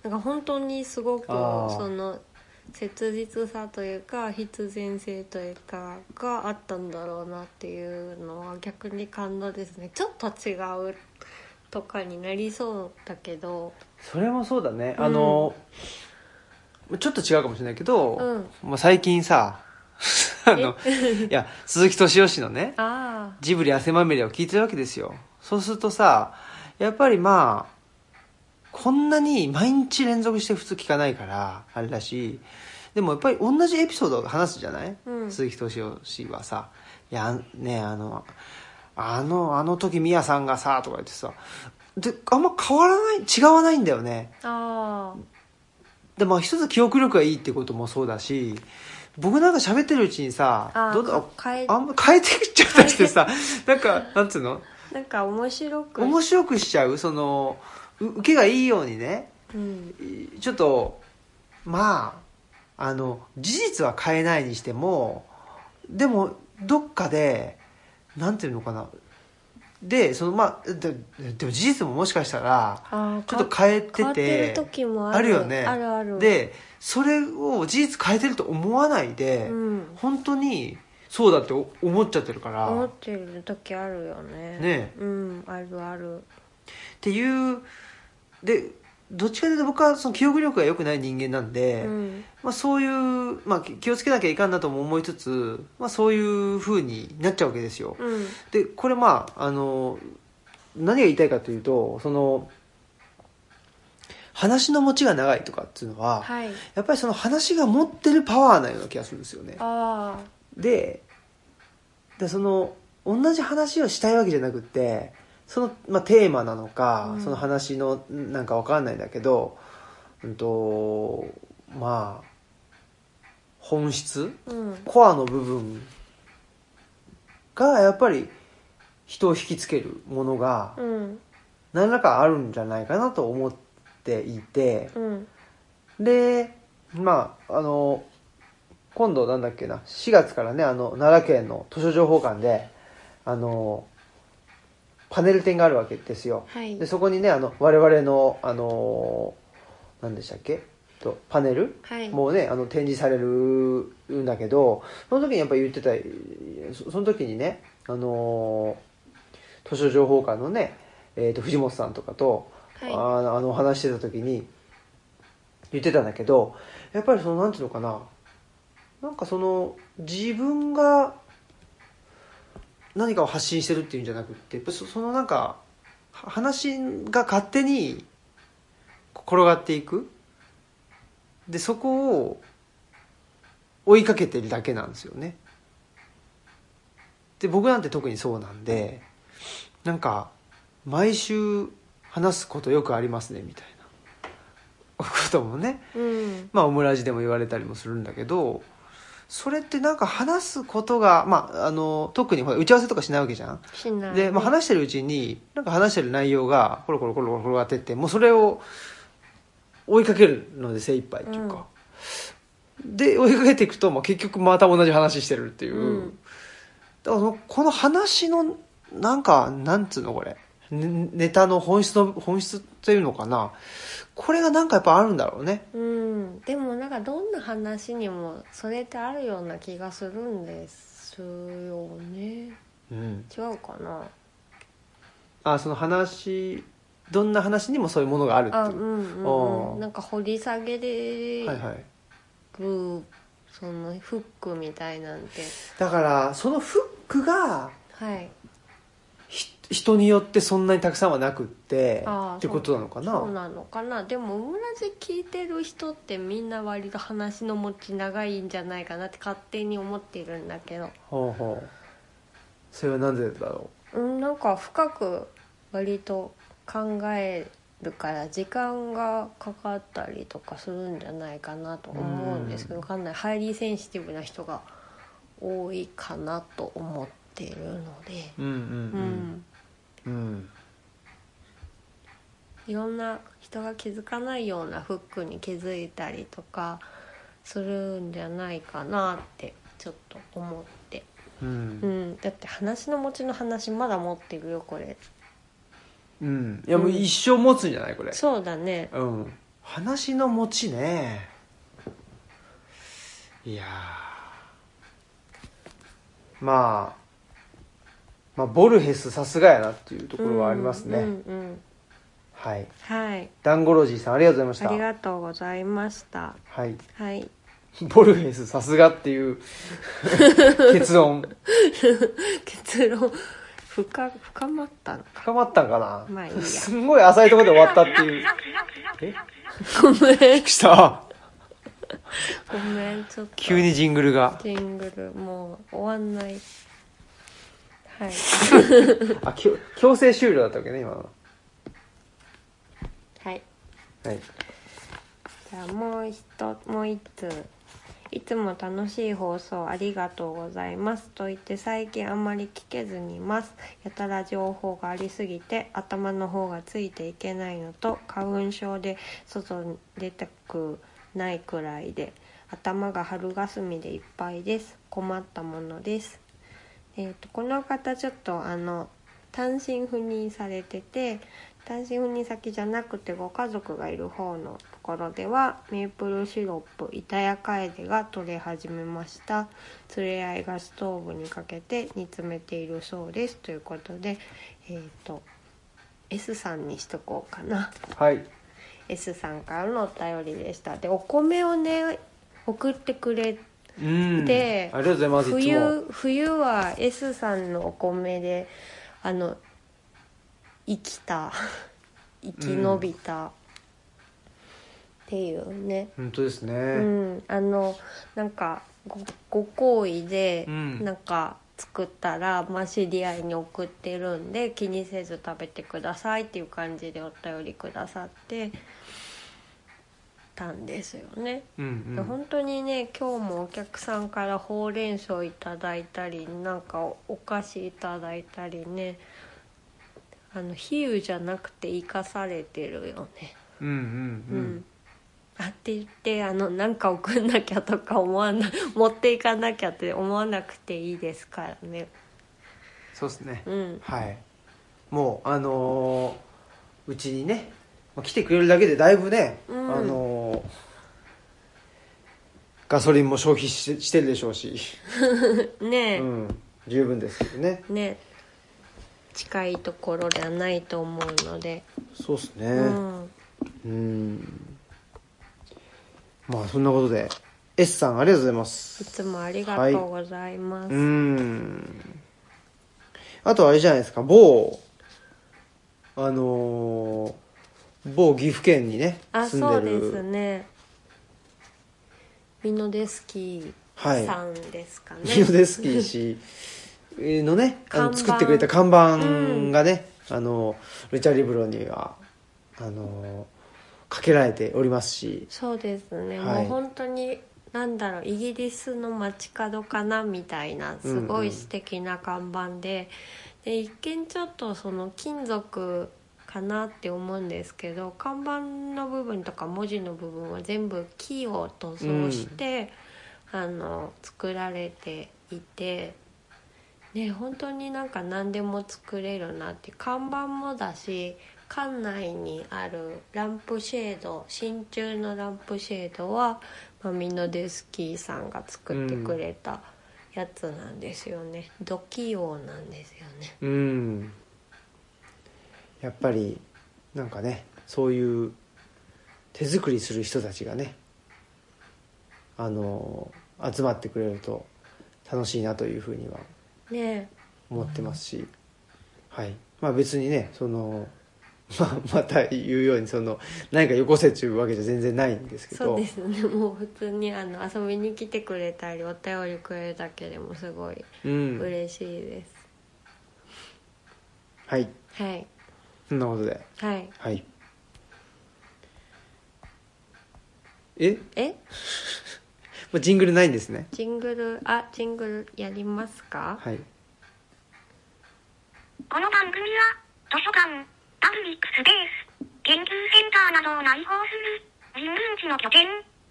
Speaker 2: なんか本当にすごく
Speaker 1: あー
Speaker 2: その切実さというか必然性というかがあったんだろうなっていうのは逆に感動ですねちょっと違うとかになりそうだけど
Speaker 1: それもそうだねあの、ちょっと違うかもしれないけど、
Speaker 2: うん
Speaker 1: まあ、最近さ あのいや鈴木敏夫氏のね
Speaker 2: あ
Speaker 1: ジブリ汗まみれを聞いてるわけですよそうするとさやっぱりまあこんなに毎日連続して普通聞かないからあれだしでもやっぱり同じエピソードを話すじゃない、
Speaker 2: うん
Speaker 1: 鈴木敏夫氏はさ「いやあんねあのあのあの時ミヤさんがさ」とか言ってさであんま変わらない違わないんだよね
Speaker 2: あああ
Speaker 1: でまあ一つ記憶力がいいってこともそうだし僕なんか喋ってるうちにさ
Speaker 2: あ
Speaker 1: どんどん
Speaker 2: か変え
Speaker 1: あんま変えてきちゃったりして さなんかなんつうの
Speaker 2: なんか面白く
Speaker 1: 面白くしちゃうそのう受けがいいようにね
Speaker 2: うん
Speaker 1: いちょっとまああの事実は変えないにしてもでもどっかでなんていうのかなでそのまあででも事実ももしかしたら
Speaker 2: あ
Speaker 1: ちょっと変えてて
Speaker 2: 変わってる時もある
Speaker 1: あるよね
Speaker 2: あるある、
Speaker 1: でそれを事実変えてると思わないで、
Speaker 2: うん、
Speaker 1: 本当にそうだってお思っちゃってるか
Speaker 2: 思っ
Speaker 1: ら。
Speaker 2: てる時あるよね
Speaker 1: ね
Speaker 2: うんあるある
Speaker 1: っていうでどっちかというと僕はその記憶力が良くない人間なんで、
Speaker 2: うん
Speaker 1: まあ、そういう、まあ、き気をつけなきゃいかんなとも思いつつ、まあ、そういう風になっちゃうわけですよ。
Speaker 2: うん
Speaker 1: でこれまああの何が言いたいかというとその話の持ちが長いとかっていうのは、
Speaker 2: はい
Speaker 1: やっぱりその話が持ってるパワーなような気がするんですよね。
Speaker 2: あ
Speaker 1: ででその同じ話をしたいわけじゃなくてその、まあ、テーマなのか、
Speaker 2: うん
Speaker 1: その話のんなんかわかんないんだけど、うんとまあ本質
Speaker 2: あうん
Speaker 1: コアの部分がやっぱり人を引きつけるものが
Speaker 2: うん
Speaker 1: 何らかあるんじゃないかなと思っていて。
Speaker 2: うん
Speaker 1: でまああの今度なんだっけな4月からねあの奈良県の図書情報館であのパネル展があるわけですよ
Speaker 2: はい
Speaker 1: でそこにねあの我々のあの何でしたっけとパネル
Speaker 2: はい
Speaker 1: もうねあの展示されるんだけどその時にやっぱり言ってたそその時にねあの図書情報館のね、えー、と藤本さんとかと
Speaker 2: はい
Speaker 1: あのあの話してた時に言ってたんだけどやっぱりそのなんていうのかななんかその自分が何かを発信してるっていうんじゃなくってやっぱそそのなんかは話が勝手に転がっていくでそこを追いかけてるだけなんですよねで僕なんて特にそうなんでなんか毎週話すことよくありますねみたいなこともね
Speaker 2: うん
Speaker 1: まあオムラジでも言われたりもするんだけどそれってなんか話すことが、まあ、あの特にほら打ち合わせとかしないわけじゃん
Speaker 2: しないね
Speaker 1: で、まあ、話してるうちになんか話してる内容がコロコロコロコロ転がってってもうそれを追いかけるので精一杯っていうか、で追いかけていくと、まあ、結局また同じ話してるっていう、
Speaker 2: うん
Speaker 1: だからそのこの話のなんかなんつうのこれねネタの本質の本質というのかなこれがなんかやっぱあるんだろうね
Speaker 2: うん、でもなんかどんな話にもそれってあるような気がするんですよね
Speaker 1: うん
Speaker 2: 違うかな
Speaker 1: あその話どんな話にもそういうものがあるって
Speaker 2: あう
Speaker 1: いうん
Speaker 2: うん、
Speaker 1: あ
Speaker 2: う
Speaker 1: ー
Speaker 2: ん、なんか掘り下げれる、
Speaker 1: はいはい
Speaker 2: そのフックみたいなんて
Speaker 1: だからそのフックが
Speaker 2: はい
Speaker 1: ひ人によってそんなにたくさんはなくって
Speaker 2: あー
Speaker 1: ってことなのか
Speaker 2: そう
Speaker 1: な
Speaker 2: なのかなでもオムラジ聞いてる人ってみんな割と話の持ち長いんじゃないかなって勝手に思ってるんだけど
Speaker 1: ほうほうそれはなぜだろ
Speaker 2: うんなんか深く割と考えるから時間がかかったりとかするんじゃないかなと思うんですけど
Speaker 1: うん
Speaker 2: わかんないハイリーセンシティブな人が多いかなと思ってるので、
Speaker 1: ううん
Speaker 2: うん
Speaker 1: うんうん
Speaker 2: いろんな人が気づかないようなフックに気づいたりとかするんじゃないかなってちょっと思って、
Speaker 1: う
Speaker 2: うんん、だって話の持ちの話まだ持ってるよこれ
Speaker 1: うんいやもう一生持つんじゃないこれ
Speaker 2: そうだね
Speaker 1: うん話の持ちねいやーまあまあボルヘスさすがやなっていうところはありますね、
Speaker 2: うんうんうん
Speaker 1: はい
Speaker 2: はい
Speaker 1: ダンゴロジーさんありがとうござい
Speaker 2: あ
Speaker 1: まし
Speaker 2: り
Speaker 1: た
Speaker 2: がとうございました
Speaker 1: はい
Speaker 2: はい
Speaker 1: ボルヘスさすがって いう結論
Speaker 2: 結論深深まったの
Speaker 1: 深まったんかな、
Speaker 2: まあいいや
Speaker 1: すんごい浅いところで終わったっていうえ
Speaker 2: ごめん
Speaker 1: 来た
Speaker 2: ごめんちょっと
Speaker 1: 急にジングルが
Speaker 2: ジングルもう終わんないはい
Speaker 1: あきょ強制終了だったわけね今のは
Speaker 2: はい
Speaker 1: はい
Speaker 2: じゃあもう一つもう一ついつも楽しい放送ありがとうございますと言って最近あんまり聞けずにいますやたら情報がありすぎて頭の方がついていけないのと花粉症で外に出たくないくらいで頭が春霞でいっぱいです困ったものですえー、とこの方ちょっとあの単身赴任されてて単身赴任先じゃなくてご家族がいる方のところではメープルシロップイタヤカエデが取れ始めました連れ合いがストーブにかけて煮詰めているそうですということでえっ、と S さんにしとこうかな
Speaker 1: はい
Speaker 2: S さんからのお便りでしたでお米をね送ってくれ
Speaker 1: うん
Speaker 2: で
Speaker 1: ありがとうございますいつも
Speaker 2: 冬冬は S さんのお米であの生き た生き延びた、っていうね、
Speaker 1: 本当ですね、
Speaker 2: うん、あのなんかごご厚意で、
Speaker 1: うん
Speaker 2: なんか作ったら、まあ、知り合いに送ってるんで気にせず食べてくださいっていう感じでお便りくださってたんですよね。
Speaker 1: うんうん
Speaker 2: 本当にね今日もお客さんからほうれん草いただいたりなんかおお菓子いただいたりねあの比喩じゃなくて生かされてるよね
Speaker 1: うんうん
Speaker 2: うん、
Speaker 1: うん
Speaker 2: あって言ってあのなんか送んなきゃとか思わな 持っていかなきゃって思わなくていいですからね
Speaker 1: そうですね、
Speaker 2: うん
Speaker 1: はいもうあのーうちにねまあ来てくれるだけでだいぶね、
Speaker 2: うん
Speaker 1: あのーガソリンも消費してしてるでしょう し、
Speaker 2: ねえ、
Speaker 1: うん、十分ですけどね
Speaker 2: ね近いところではないと思うので、
Speaker 1: そうですね
Speaker 2: うん
Speaker 1: うんまあそんなことで S さんありがとうございま
Speaker 2: い
Speaker 1: す
Speaker 2: つもありがとうございます、
Speaker 1: うんあとあれじゃないですか某あのー某岐阜県にね
Speaker 2: あ
Speaker 1: 住
Speaker 2: そうん
Speaker 1: で
Speaker 2: です
Speaker 1: る
Speaker 2: ねミノデスキ
Speaker 1: はい
Speaker 2: ーさんですかね、
Speaker 1: ミノデスキー氏えーのねあの
Speaker 2: 看板
Speaker 1: 作ってくれた看板がね、あのルチャリブロにはあのかけられておりますし
Speaker 2: そうですね、
Speaker 1: はい
Speaker 2: もう本当になんだろうイギリスの街角かなみたいなすご
Speaker 1: うんう
Speaker 2: い
Speaker 1: ん
Speaker 2: 素敵な看板で,、で一見ちょっとその金属かなって思うんですけど看板の部分とか文字の部分は全部木を塗装して、あの作られていて。ね、本当になんか何でも作れるなって看板もだし館内にあるランプシェード真鍮のランプシェードは、まあ、ミノデスキーさんが作ってくれたやつなんですよね、ドキ用なんですよね
Speaker 1: うんやっぱりなんかねそういう手作りする人たちがねあの集まってくれると楽しいなというふうには
Speaker 2: ね
Speaker 1: 思ってますし、はいまあ別にねその、 まあ、また言うようにその何かよこせっちゅうわけじゃ全然ないんですけど
Speaker 2: そうですねもう普通にあの遊びに来てくれたりお便りくれるだけでもすごい
Speaker 1: うん、
Speaker 2: 嬉しいです、
Speaker 1: はい
Speaker 2: はい
Speaker 1: そんなことで
Speaker 2: はい
Speaker 1: はいえ
Speaker 2: え
Speaker 1: もうジングルないんですね
Speaker 2: ジングルあジングルやりますか
Speaker 1: はい
Speaker 3: この番組は、図書館、パブリックスペース、研究センターなどを内包する、人文地の拠点、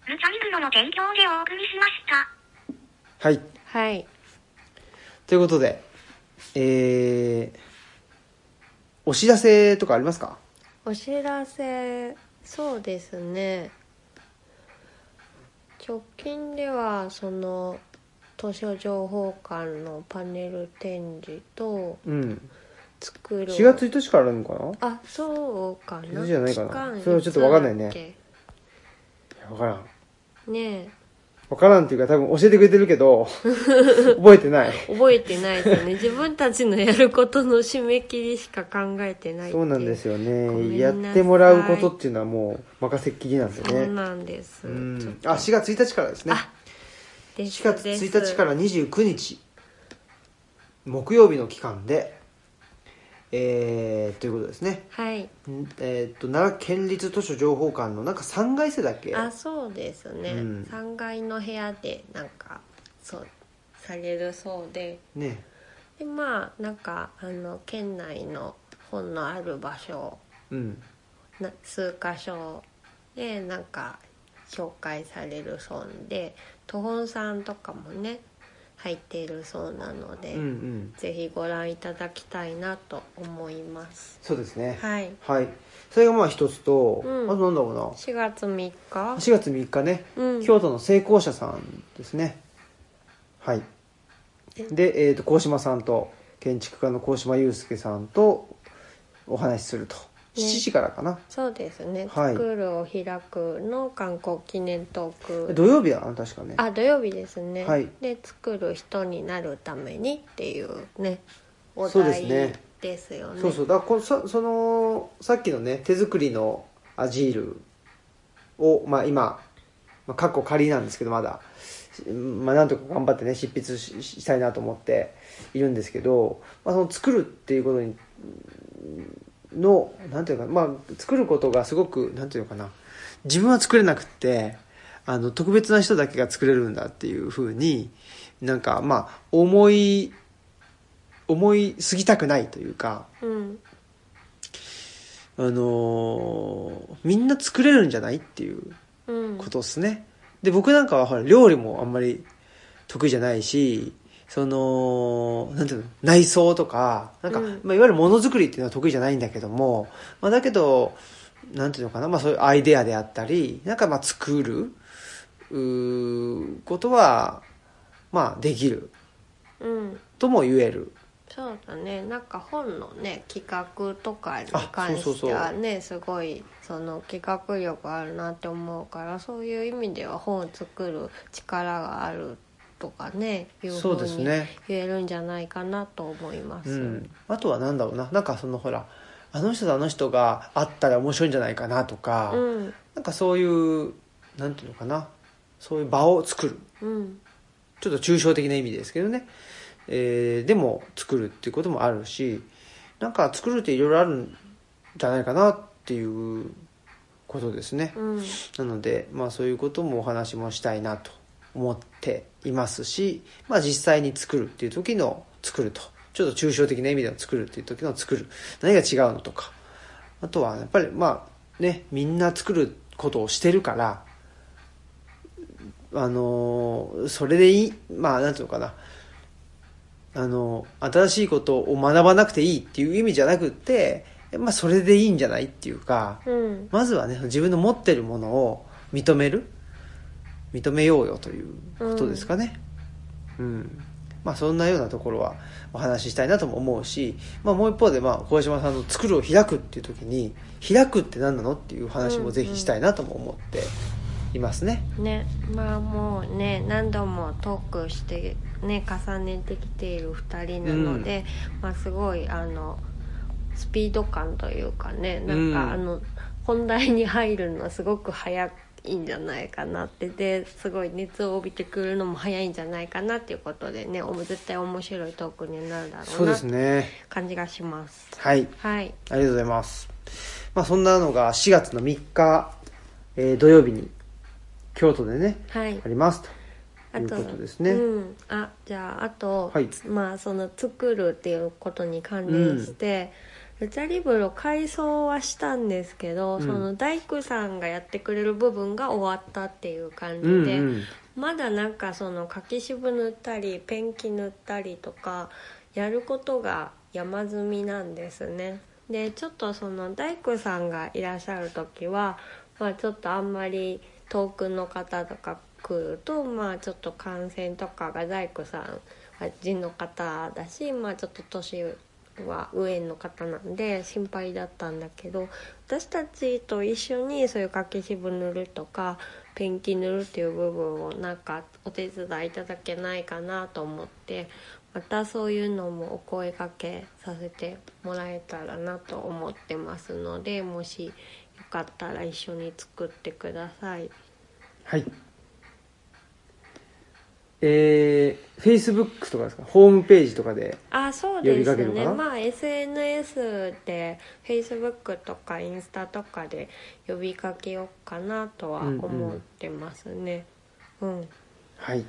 Speaker 3: ルチャリブロの提供でお送りしました。
Speaker 1: はい
Speaker 2: はい
Speaker 1: ということでえー、お知らせとかありますか
Speaker 2: お知らせそうですね直近ではその図書情報館のパネル展示と
Speaker 1: うん
Speaker 2: 作る
Speaker 1: 4月1日からあるのかな
Speaker 2: あそうかな
Speaker 1: じゃないかな
Speaker 2: 期間
Speaker 1: それはちょっとわかんないね
Speaker 2: いつだっ
Speaker 1: いや分からん
Speaker 2: けね
Speaker 1: 分からんっていうか多分教えてくれてるけ ど覚えてない
Speaker 2: え覚えてないですね 自分たちのやることの締め切りしか考えてないってい
Speaker 1: そうなんですよ
Speaker 2: ごめん
Speaker 1: ね
Speaker 2: な
Speaker 1: や
Speaker 2: さい
Speaker 1: ってもらうことっていうのはもう任せっきりなんです
Speaker 2: そ
Speaker 1: よ
Speaker 2: う
Speaker 1: ね
Speaker 2: なんです、
Speaker 1: うんあ4月1日からですね
Speaker 2: あです
Speaker 1: 4月1日からら29日木曜日の期間でえー、ということですね
Speaker 2: はい
Speaker 1: んえー、と奈良県立図書情報館のなんか3階生だっけ
Speaker 2: あそうです
Speaker 1: う
Speaker 2: ね、
Speaker 1: ん
Speaker 2: 3階の部屋でなんかそうされるそうで
Speaker 1: ね
Speaker 2: でまあなんかあの県内の本のある場所
Speaker 1: うん
Speaker 2: な数箇所でなんか紹介されるそうで都本さんとかもね入っているそうなので、
Speaker 1: うんうん
Speaker 2: ぜひご覧いただきたいなと思います
Speaker 1: そうですね
Speaker 2: はい
Speaker 1: はい、それがまあ一つと、
Speaker 2: うん
Speaker 1: あとなんだろうな
Speaker 2: 4月3日
Speaker 1: 4月3日ね、
Speaker 2: うん
Speaker 1: 京都の成功者さんですねはいで、えー、と鴻島さんと建築家の鴻島祐介さんとお話しすると、7時からかな
Speaker 2: そうですね「
Speaker 1: はい
Speaker 2: 作るを開く」の観光記念トーク
Speaker 1: 土曜日だな確かね
Speaker 2: あ土曜日ですね、
Speaker 1: はい
Speaker 2: で「作る人になるために」っていうねお
Speaker 1: そうです
Speaker 2: 題
Speaker 1: ね
Speaker 2: ですよね
Speaker 1: そうそうだからこそそのさっきのね手作りのアジールを、まあ、今、まあ、過去仮なんですけどまだ、まあ、なんとか頑張ってね執筆ししたいなと思っているんですけど、まあ、その作るっていうことにのなんていうのか、まあ、作ることがすごくなんていうのかな自分は作れなくってあの特別な人だけが作れるんだっていうふうになんかまあ思い思いすぎたくないというか
Speaker 2: うん
Speaker 1: あのーみんな作れるんじゃないっていう
Speaker 2: うん
Speaker 1: ことですね。で、僕なんかはほら、料理もあんまり得意じゃないし、その、なんていうの、内装とか、なんか、
Speaker 2: うん
Speaker 1: まあ、いわゆるものづくりっていうのは得意じゃないんだけども、まあ、だけど、なんていうのかな、まあ、そういうアイデアであったり、なんかまあ、作る、うーことは、まあ、できる
Speaker 2: うん
Speaker 1: とも言える。
Speaker 2: そうだねなんか本のね企画とかに
Speaker 1: あ
Speaker 2: 関
Speaker 1: そうそう
Speaker 2: し
Speaker 1: そう
Speaker 2: てはねすごいその企画力あるなって思うからそういう意味では本を作る力があるとかねいうふ
Speaker 1: そう
Speaker 2: う
Speaker 1: です
Speaker 2: に
Speaker 1: ね
Speaker 2: 言えるんじゃないかなと思います。
Speaker 1: うん、あとはなんだろうななんかそのほらあの人とあの人が会ったら面白いんじゃないかなとか、
Speaker 2: うん
Speaker 1: なんかそういうなんていうのかなそういう場を作る
Speaker 2: うん
Speaker 1: ちょっと抽象的な意味ですけどね、えーでも作るっていうこともあるしなんか作るっていろいろあるんじゃないかなっていうことですね、
Speaker 2: うん
Speaker 1: なので、まあ、そういうこともお話もしたいなと思っていますし、まあ、実際に作るっていう時の作るとちょっと抽象的な意味での作るっていう時の作る何が違うのとかあとはやっぱりまあねみんな作ることをしてるからあのーそれでいいまあなんていうのかなあの新しいことを学ばなくていいっていう意味じゃなくって、まあ、それでいいんじゃないっていうか、
Speaker 2: うん
Speaker 1: まずはね自分の持ってるものを認める認めようよということですかねうん、まあそんなようなところはお話ししたいなとも思うし、まあ、もう一方で、まあ、小島さんの「作る」を開くっていう時に「開く」って何なのっていう話もぜひしたいなとも思っていますね、
Speaker 2: ねまあもうね何度もトークしてね重ねてきている2人なので、まあすごいあのスピード感というかねなんか、
Speaker 1: うん
Speaker 2: あの本題に入るのすごく早いんじゃないかなってですごい熱を帯びてくるのも早いんじゃないかなっていうことでねおも絶対面白いトークになるだろ
Speaker 1: そううで
Speaker 2: な
Speaker 1: すね
Speaker 2: 感じがします。
Speaker 1: はい
Speaker 2: はい、
Speaker 1: ありがとうございます。まあそんなのが4月の3日、えー土曜日に京都でね、
Speaker 2: はい
Speaker 1: ありますと
Speaker 2: あ
Speaker 1: いう
Speaker 2: と
Speaker 1: ことですね。
Speaker 2: うん、あじゃああと、
Speaker 1: はい
Speaker 2: まあその作るっていうことに関連して、ルチャリブロ改装はしたんですけど、
Speaker 1: うん
Speaker 2: その大工さんがやってくれる部分が終わったっていう感じで、
Speaker 1: うんうん
Speaker 2: まだなんかその柿渋塗ったりペンキ塗ったりとかやることが山積みなんですねでちょっとその大工さんがいらっしゃる時は、まあ、ちょっとあんまり遠くの方とか来るとまあちょっと感染とかが大工さんは人の方だしまあちょっと年は上の方なんで心配だったんだけど私たちと一緒にそういう柿渋塗るとかペンキ塗るっていう部分をなんかお手伝いいただけないかなと思ってまたそういうのもお声掛けさせてもらえたらなと思ってますのでもしよかったら一緒に作ってください。
Speaker 1: はい。えー、Facebook とかですか、ホームページとかで、
Speaker 2: あそう
Speaker 1: 呼び
Speaker 2: で
Speaker 1: か
Speaker 2: す
Speaker 1: けるのか
Speaker 2: ね
Speaker 1: な
Speaker 2: まあ SNS で Facebook とかインスタとかで呼びかけようかなとは思ってますねうん
Speaker 1: はい。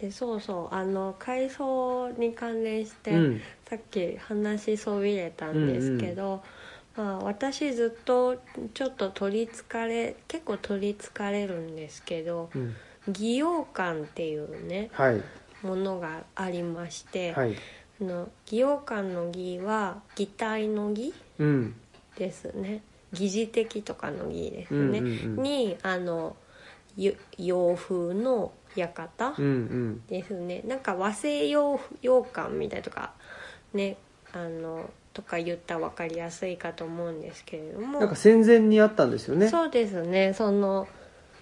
Speaker 2: でそうそうあの改装に関連して、
Speaker 1: うん
Speaker 2: さっき話しそびれたんですけど、まあ、私ずっとちょっと取りつかれ結構取りつかれるんですけど
Speaker 1: うん
Speaker 2: 擬陽館っていうね
Speaker 1: はい。
Speaker 2: ものがありまして、
Speaker 1: はい。
Speaker 2: あの擬陽館の擬は擬態の擬
Speaker 1: うん。
Speaker 2: ですね疑似的とかの儀ですね、
Speaker 1: うんうんうん
Speaker 2: にあのゆ洋風の館
Speaker 1: うんうん。
Speaker 2: ですね、なんか和製洋洋館みたいとかねあのとか言ったら分かりやすいかと思うんですけれども
Speaker 1: なんか戦前にあったんですよね。
Speaker 2: そうですねその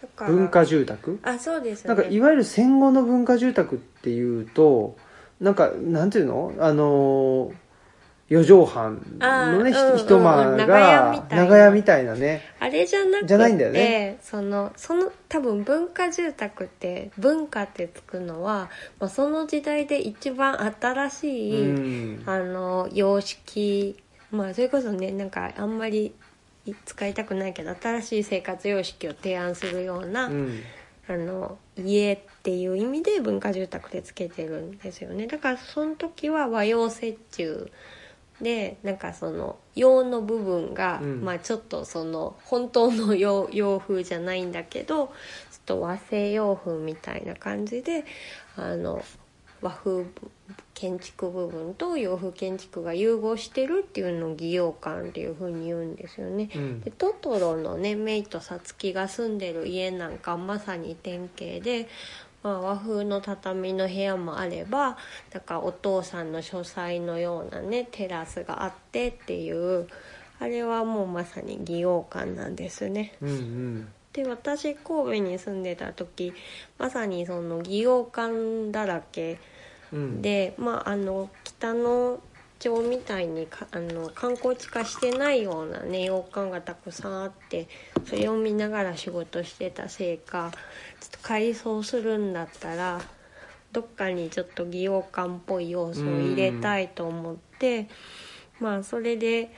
Speaker 2: だから
Speaker 1: 文化住宅
Speaker 2: あそうですね
Speaker 1: なんかいわゆる戦後の文化住宅っていうとなんかなんていうのあの四畳半のね
Speaker 2: あーうん
Speaker 1: ひ一間
Speaker 2: うん
Speaker 1: が
Speaker 2: 長屋みたいな
Speaker 1: 長屋みたいなね
Speaker 2: あれじゃなくて
Speaker 1: じゃないんだよね
Speaker 2: そのその多分文化住宅って文化ってつくのは、まあ、その時代で一番新しい、
Speaker 1: うん
Speaker 2: あの様式まあそれこそねなんかあんまり使いたくないけど新しい生活様式を提案するような、
Speaker 1: うん
Speaker 2: あの家っていう意味で文化住宅でつけてるんですよねだからその時は和洋折衷でなんかその洋の部分が、
Speaker 1: うん
Speaker 2: まあちょっとその本当の洋 洋風じゃないんだけどちょっと和製洋風みたいな感じであの和風建築部分と洋風建築が融合してるっていうのを擬洋館っていうふうに言うんですよね。
Speaker 1: うん
Speaker 2: でトトロのねメイとサツキが住んでる家なんかまさに典型で、まあ、和風の畳の部屋もあればなんかお父さんの書斎のようなねテラスがあってっていうあれはもうまさに擬王館なんですね。
Speaker 1: うんうん
Speaker 2: で私神戸に住んでた時まさにその擬王館だらけ
Speaker 1: うん
Speaker 2: で、まあ、あの北の町みたいにかあの観光地化してないようなね洋館がたくさんあってそれを見ながら仕事してたせいかちょっと改装するんだったらどっかにちょっと擬洋館っぽい要素を入れたいと思ってまあそれで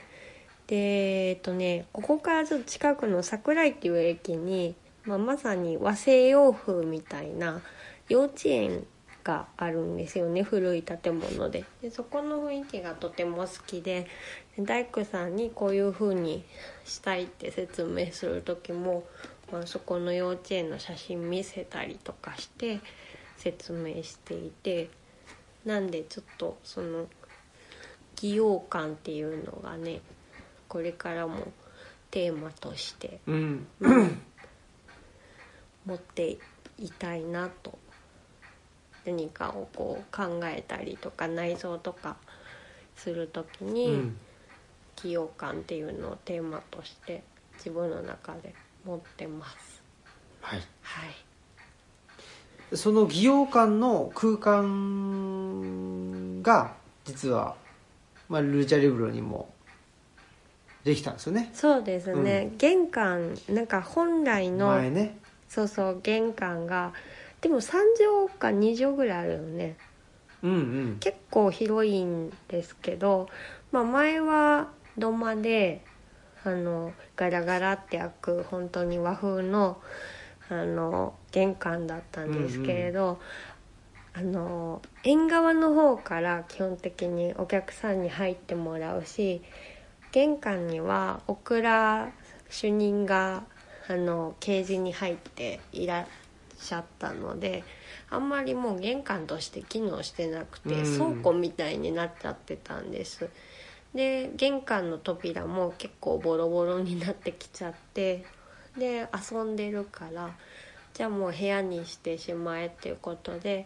Speaker 2: でえっとねここからちょっと近くの桜井っていう駅に、まあ、まさに和製洋風みたいな幼稚園があるんですよね古い建物ででそこの雰囲気がとても好きでで大工さんにこういう風にしたいって説明する時も、まあ、そこの幼稚園の写真見せたりとかして説明していてなんでちょっとその擬洋館っていうのがねこれからもテーマとして
Speaker 1: うん
Speaker 2: 持っていたいなと何かをこう考えたりとか内装とかする時
Speaker 1: う
Speaker 2: に
Speaker 1: ん
Speaker 2: 起用感っていうのをテーマとして自分の中で持ってます
Speaker 1: はい
Speaker 2: はい
Speaker 1: その擬洋館の空間が実は、まあ、ルチャリブロにもできたんですよね
Speaker 2: そうですね、
Speaker 1: う
Speaker 2: 玄関なんか本来の
Speaker 1: 前ね
Speaker 2: そうそう玄関がでも3畳か2畳ぐらいあるよね
Speaker 1: うんうん
Speaker 2: 結構広いんですけど、まあ、前は土間であのガラガラって開く本当に和風のあの玄関だったんですけれど、あの縁側の方から基本的にお客さんに入ってもらうし玄関にはオクラ主任があのケージに入っていらっしゃったのであんまりもう玄関として機能してなくて
Speaker 1: うん
Speaker 2: 倉庫みたいになっちゃってたんです。で玄関の扉も結構ボロボロになってきちゃってで遊んでるからじゃあもう部屋にしてしまえっていうことで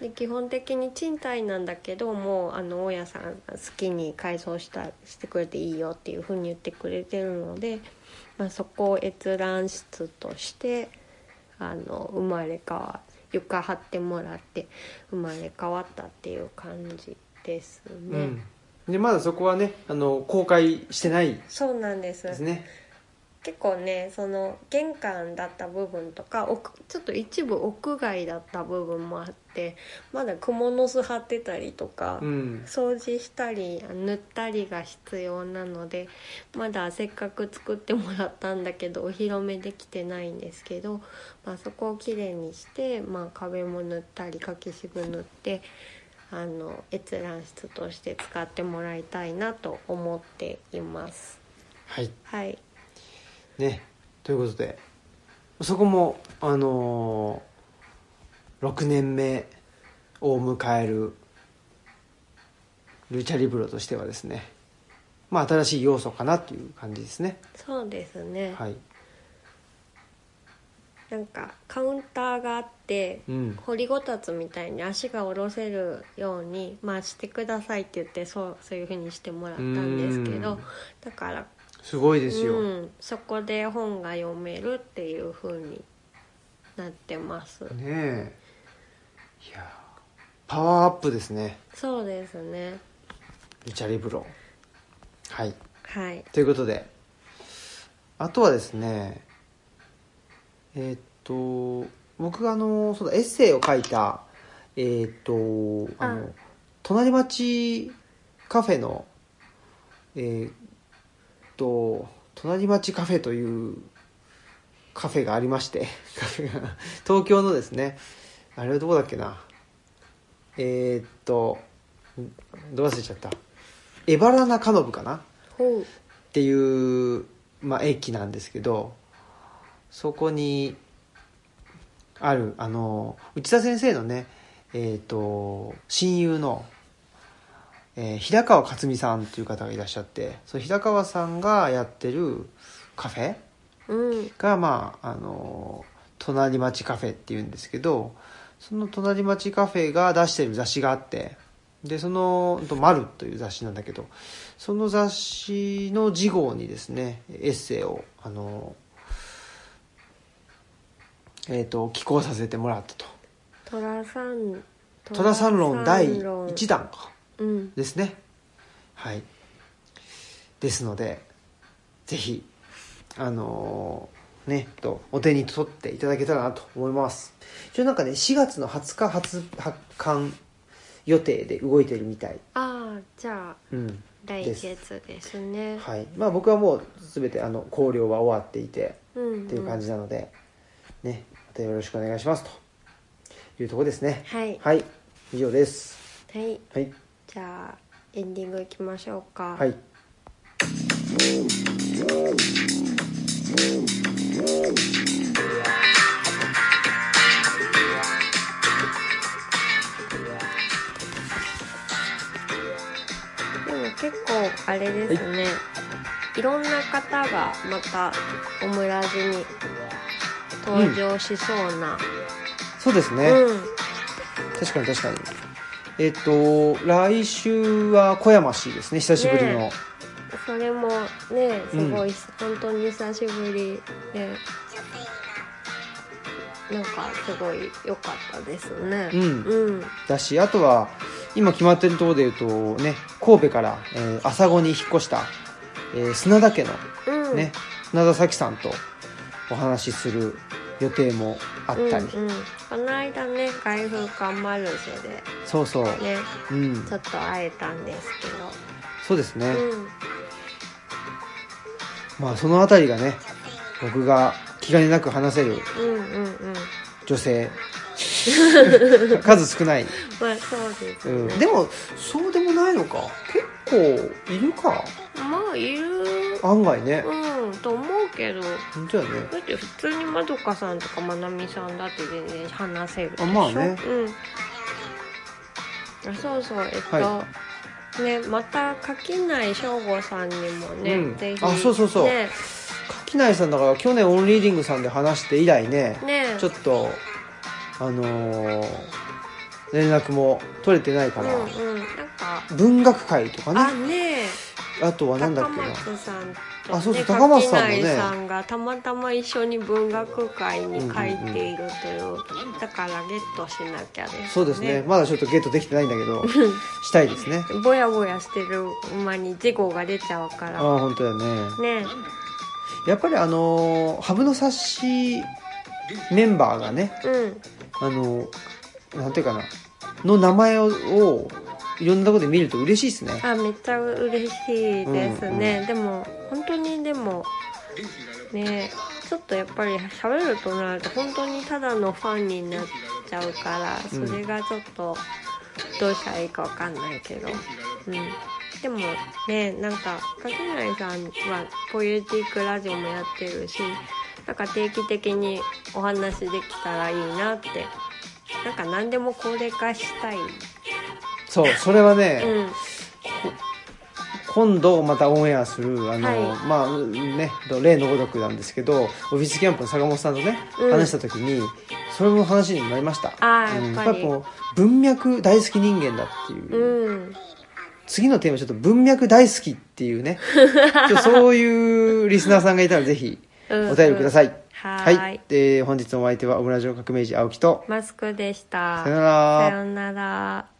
Speaker 2: で基本的に賃貸なんだけどもうあの大家さん好きに改装したしてくれていいよっていうふうに言ってくれてるので、まあ、そこを閲覧室としてあの生まれ変わ床張ってもらって生まれ変わったっていう感じですね。
Speaker 1: うんでまだそこはねあの公開してない
Speaker 2: そうなんです
Speaker 1: ですね
Speaker 2: 結構ねその玄関だった部分とか奥ちょっと一部屋外だった部分もあってまだ蜘蛛の巣張ってたりとか、
Speaker 1: うん
Speaker 2: 掃除したり塗ったりが必要なのでまだせっかく作ってもらったんだけどお披露目できてないんですけど、まあ、そこをきれいにして、まあ、壁も塗ったり柿渋塗ってあの閲覧室として使ってもらいたいなと思っています。
Speaker 1: はい
Speaker 2: はい
Speaker 1: ねということでそこもあのー、6年目を迎えるルチャリブロとしてはですねまあ新しい要素かなという感じですね
Speaker 2: そうですね、
Speaker 1: はい
Speaker 2: なんかカウンターがあって、
Speaker 1: うん
Speaker 2: 掘りごたつみたいに足が下ろせるように、まあ、してくださいって言ってそうそういうふうにしてもらったんですけ
Speaker 1: う
Speaker 2: ど
Speaker 1: ん
Speaker 2: だから
Speaker 1: すごいですよ、
Speaker 2: うん、そこで本が読めるっていうふうになってます、
Speaker 1: ねえいやーパワーアップですね
Speaker 2: そうですね
Speaker 1: ルチャリブロはい
Speaker 2: はい
Speaker 1: ということであとはですねえーっと僕があのそうだエッセイを書いたえーっとあの
Speaker 2: あ
Speaker 1: 隣町カフェのえーっと隣町カフェというカフェがありまして カフェが東京のですねあれはどこだっけなえーっとんどう忘れちゃったエバラナカノブかな
Speaker 2: ほう
Speaker 1: っていう、まあ、駅なんですけどそこにあるあの内田先生のねえっ、と親友の、えー平川克美さんという方がいらっしゃってその平川さんがやってるカフェ
Speaker 2: うん
Speaker 1: がまああの隣町カフェっていうんですけどその隣町カフェが出してる雑誌があってでその「とマル」という雑誌なんだけどその雑誌の次号にですねエッセイをあのえっ、と寄稿させてもらったと
Speaker 2: 寅さん
Speaker 1: 「戸田三論第
Speaker 2: 寅三
Speaker 1: 1弾」か
Speaker 2: うん
Speaker 1: ですねはいですのでぜひあのーねとお手に取っていただけたらなと思います一応なんかね4月の20日発発刊予定で動いてるみたい、
Speaker 2: ああじゃあ
Speaker 1: うん、
Speaker 2: 来
Speaker 1: です
Speaker 2: 月ですね
Speaker 1: はいまあ僕はもう全てあの考慮は終わっていて
Speaker 2: うん、う
Speaker 1: っ
Speaker 2: ん、
Speaker 1: ていう感じなので、ねまたよろしくお願いしますというとこですね
Speaker 2: はいは
Speaker 1: はい以上です
Speaker 2: い、
Speaker 1: はい
Speaker 2: じゃあエンディングいきましょうか
Speaker 1: はい
Speaker 2: でも結構あれですね、い、ろんな方がまたオムラジに登場しそうな、
Speaker 1: そうです
Speaker 2: う
Speaker 1: ね、
Speaker 2: ん
Speaker 1: 確かに確かにえっと来週は小山氏ですね久しぶりの、
Speaker 2: ねそれもねすごい、
Speaker 1: う
Speaker 2: 本当に久しぶりでなんかすごい良かったですね
Speaker 1: うん
Speaker 2: うん
Speaker 1: だしあとは今決まってるところで言うとね神戸から、えー朝子に引っ越した、えー砂田家の
Speaker 2: うん
Speaker 1: ね、砂田咲さんとお話しする予定もあ
Speaker 2: う
Speaker 1: っ
Speaker 2: ん
Speaker 1: たり、
Speaker 2: うん、この間ね開封頑張るせで
Speaker 1: そうそう、
Speaker 2: ね
Speaker 1: うん
Speaker 2: ちょっと会えたんですけ
Speaker 1: そうですね、
Speaker 2: ど、うん、
Speaker 1: まあその辺りがね僕が気兼ねなく話せる
Speaker 2: うんうんうん
Speaker 1: 女 性数少ない、
Speaker 2: まあそうです
Speaker 1: う
Speaker 2: ね、
Speaker 1: ん、でもそうでもないのか結構いるか
Speaker 2: まあいる
Speaker 1: 案外ね
Speaker 2: うんと思うけどだ
Speaker 1: 本当やね
Speaker 2: って普通にまどかさんとかまなみさんだって全然話せるでしょ
Speaker 1: あまあね
Speaker 2: うんあそうそうえっと、
Speaker 1: は
Speaker 2: ねまた書きないしょうごさんにもね、
Speaker 1: うん
Speaker 2: ぜひ
Speaker 1: あそうそうそう
Speaker 2: ね
Speaker 1: 垣内さんだから去年オンリーディングさんで話して以来ね
Speaker 2: ね
Speaker 1: ちょっとあのー連絡も取れてないか
Speaker 2: うん
Speaker 1: ら、
Speaker 2: うんなんか
Speaker 1: 文学界とか
Speaker 2: あ
Speaker 1: ね
Speaker 2: ね
Speaker 1: あとはなんだっ
Speaker 2: 高
Speaker 1: けな
Speaker 2: 松さんと、ね、
Speaker 1: あそうそう高松さんもね
Speaker 2: 垣内さんがたまたま一緒に文学会に書いているという,、だからゲットしなきゃですね
Speaker 1: そうですねまだちょっとゲットできてないんだけ どしたいですね
Speaker 2: ぼやぼやしてる間に事故が出ちゃうか
Speaker 1: あ
Speaker 2: ら
Speaker 1: あ本当だね
Speaker 2: ね
Speaker 1: やっぱりあのーハブの冊子メンバーがね
Speaker 2: うん
Speaker 1: あのーなんていうかなの名前ををいろんなところで見ると嬉しいですね
Speaker 2: あめっちゃ嬉しいですね、でも本当にでもねちょっとやっぱり喋るとなると本当にただのファンになっちゃうからそ
Speaker 1: うん
Speaker 2: れがちょっとどうしたらいいかわかんないけど、うん、でもねなんか垣内さんはポエティックラジオもやってるしなんか定期的にお話できたらいいなってなんか何でも高齢化したい、う
Speaker 1: そうそれはね、
Speaker 2: ん、
Speaker 1: 今度またオンエアするあの、
Speaker 2: はい
Speaker 1: まあうんね例のごとくなんですけどオフィスキャンプの坂本さんとね、
Speaker 2: うん
Speaker 1: 話した時にそれも話になりました
Speaker 2: あー
Speaker 1: うん
Speaker 2: やっぱり
Speaker 1: こう文脈大好き人間だっていう、
Speaker 2: うん
Speaker 1: 次のテーマちょっと文脈大好きっていう ねちょっとそういうリスナーさんがいたらぜひ
Speaker 2: うん
Speaker 1: お便りください、
Speaker 2: は
Speaker 1: は
Speaker 2: ーい
Speaker 1: い、で本日のお相手はオムラジオ革命児青木と啊
Speaker 2: マスクでした
Speaker 1: さよなら
Speaker 2: さようなら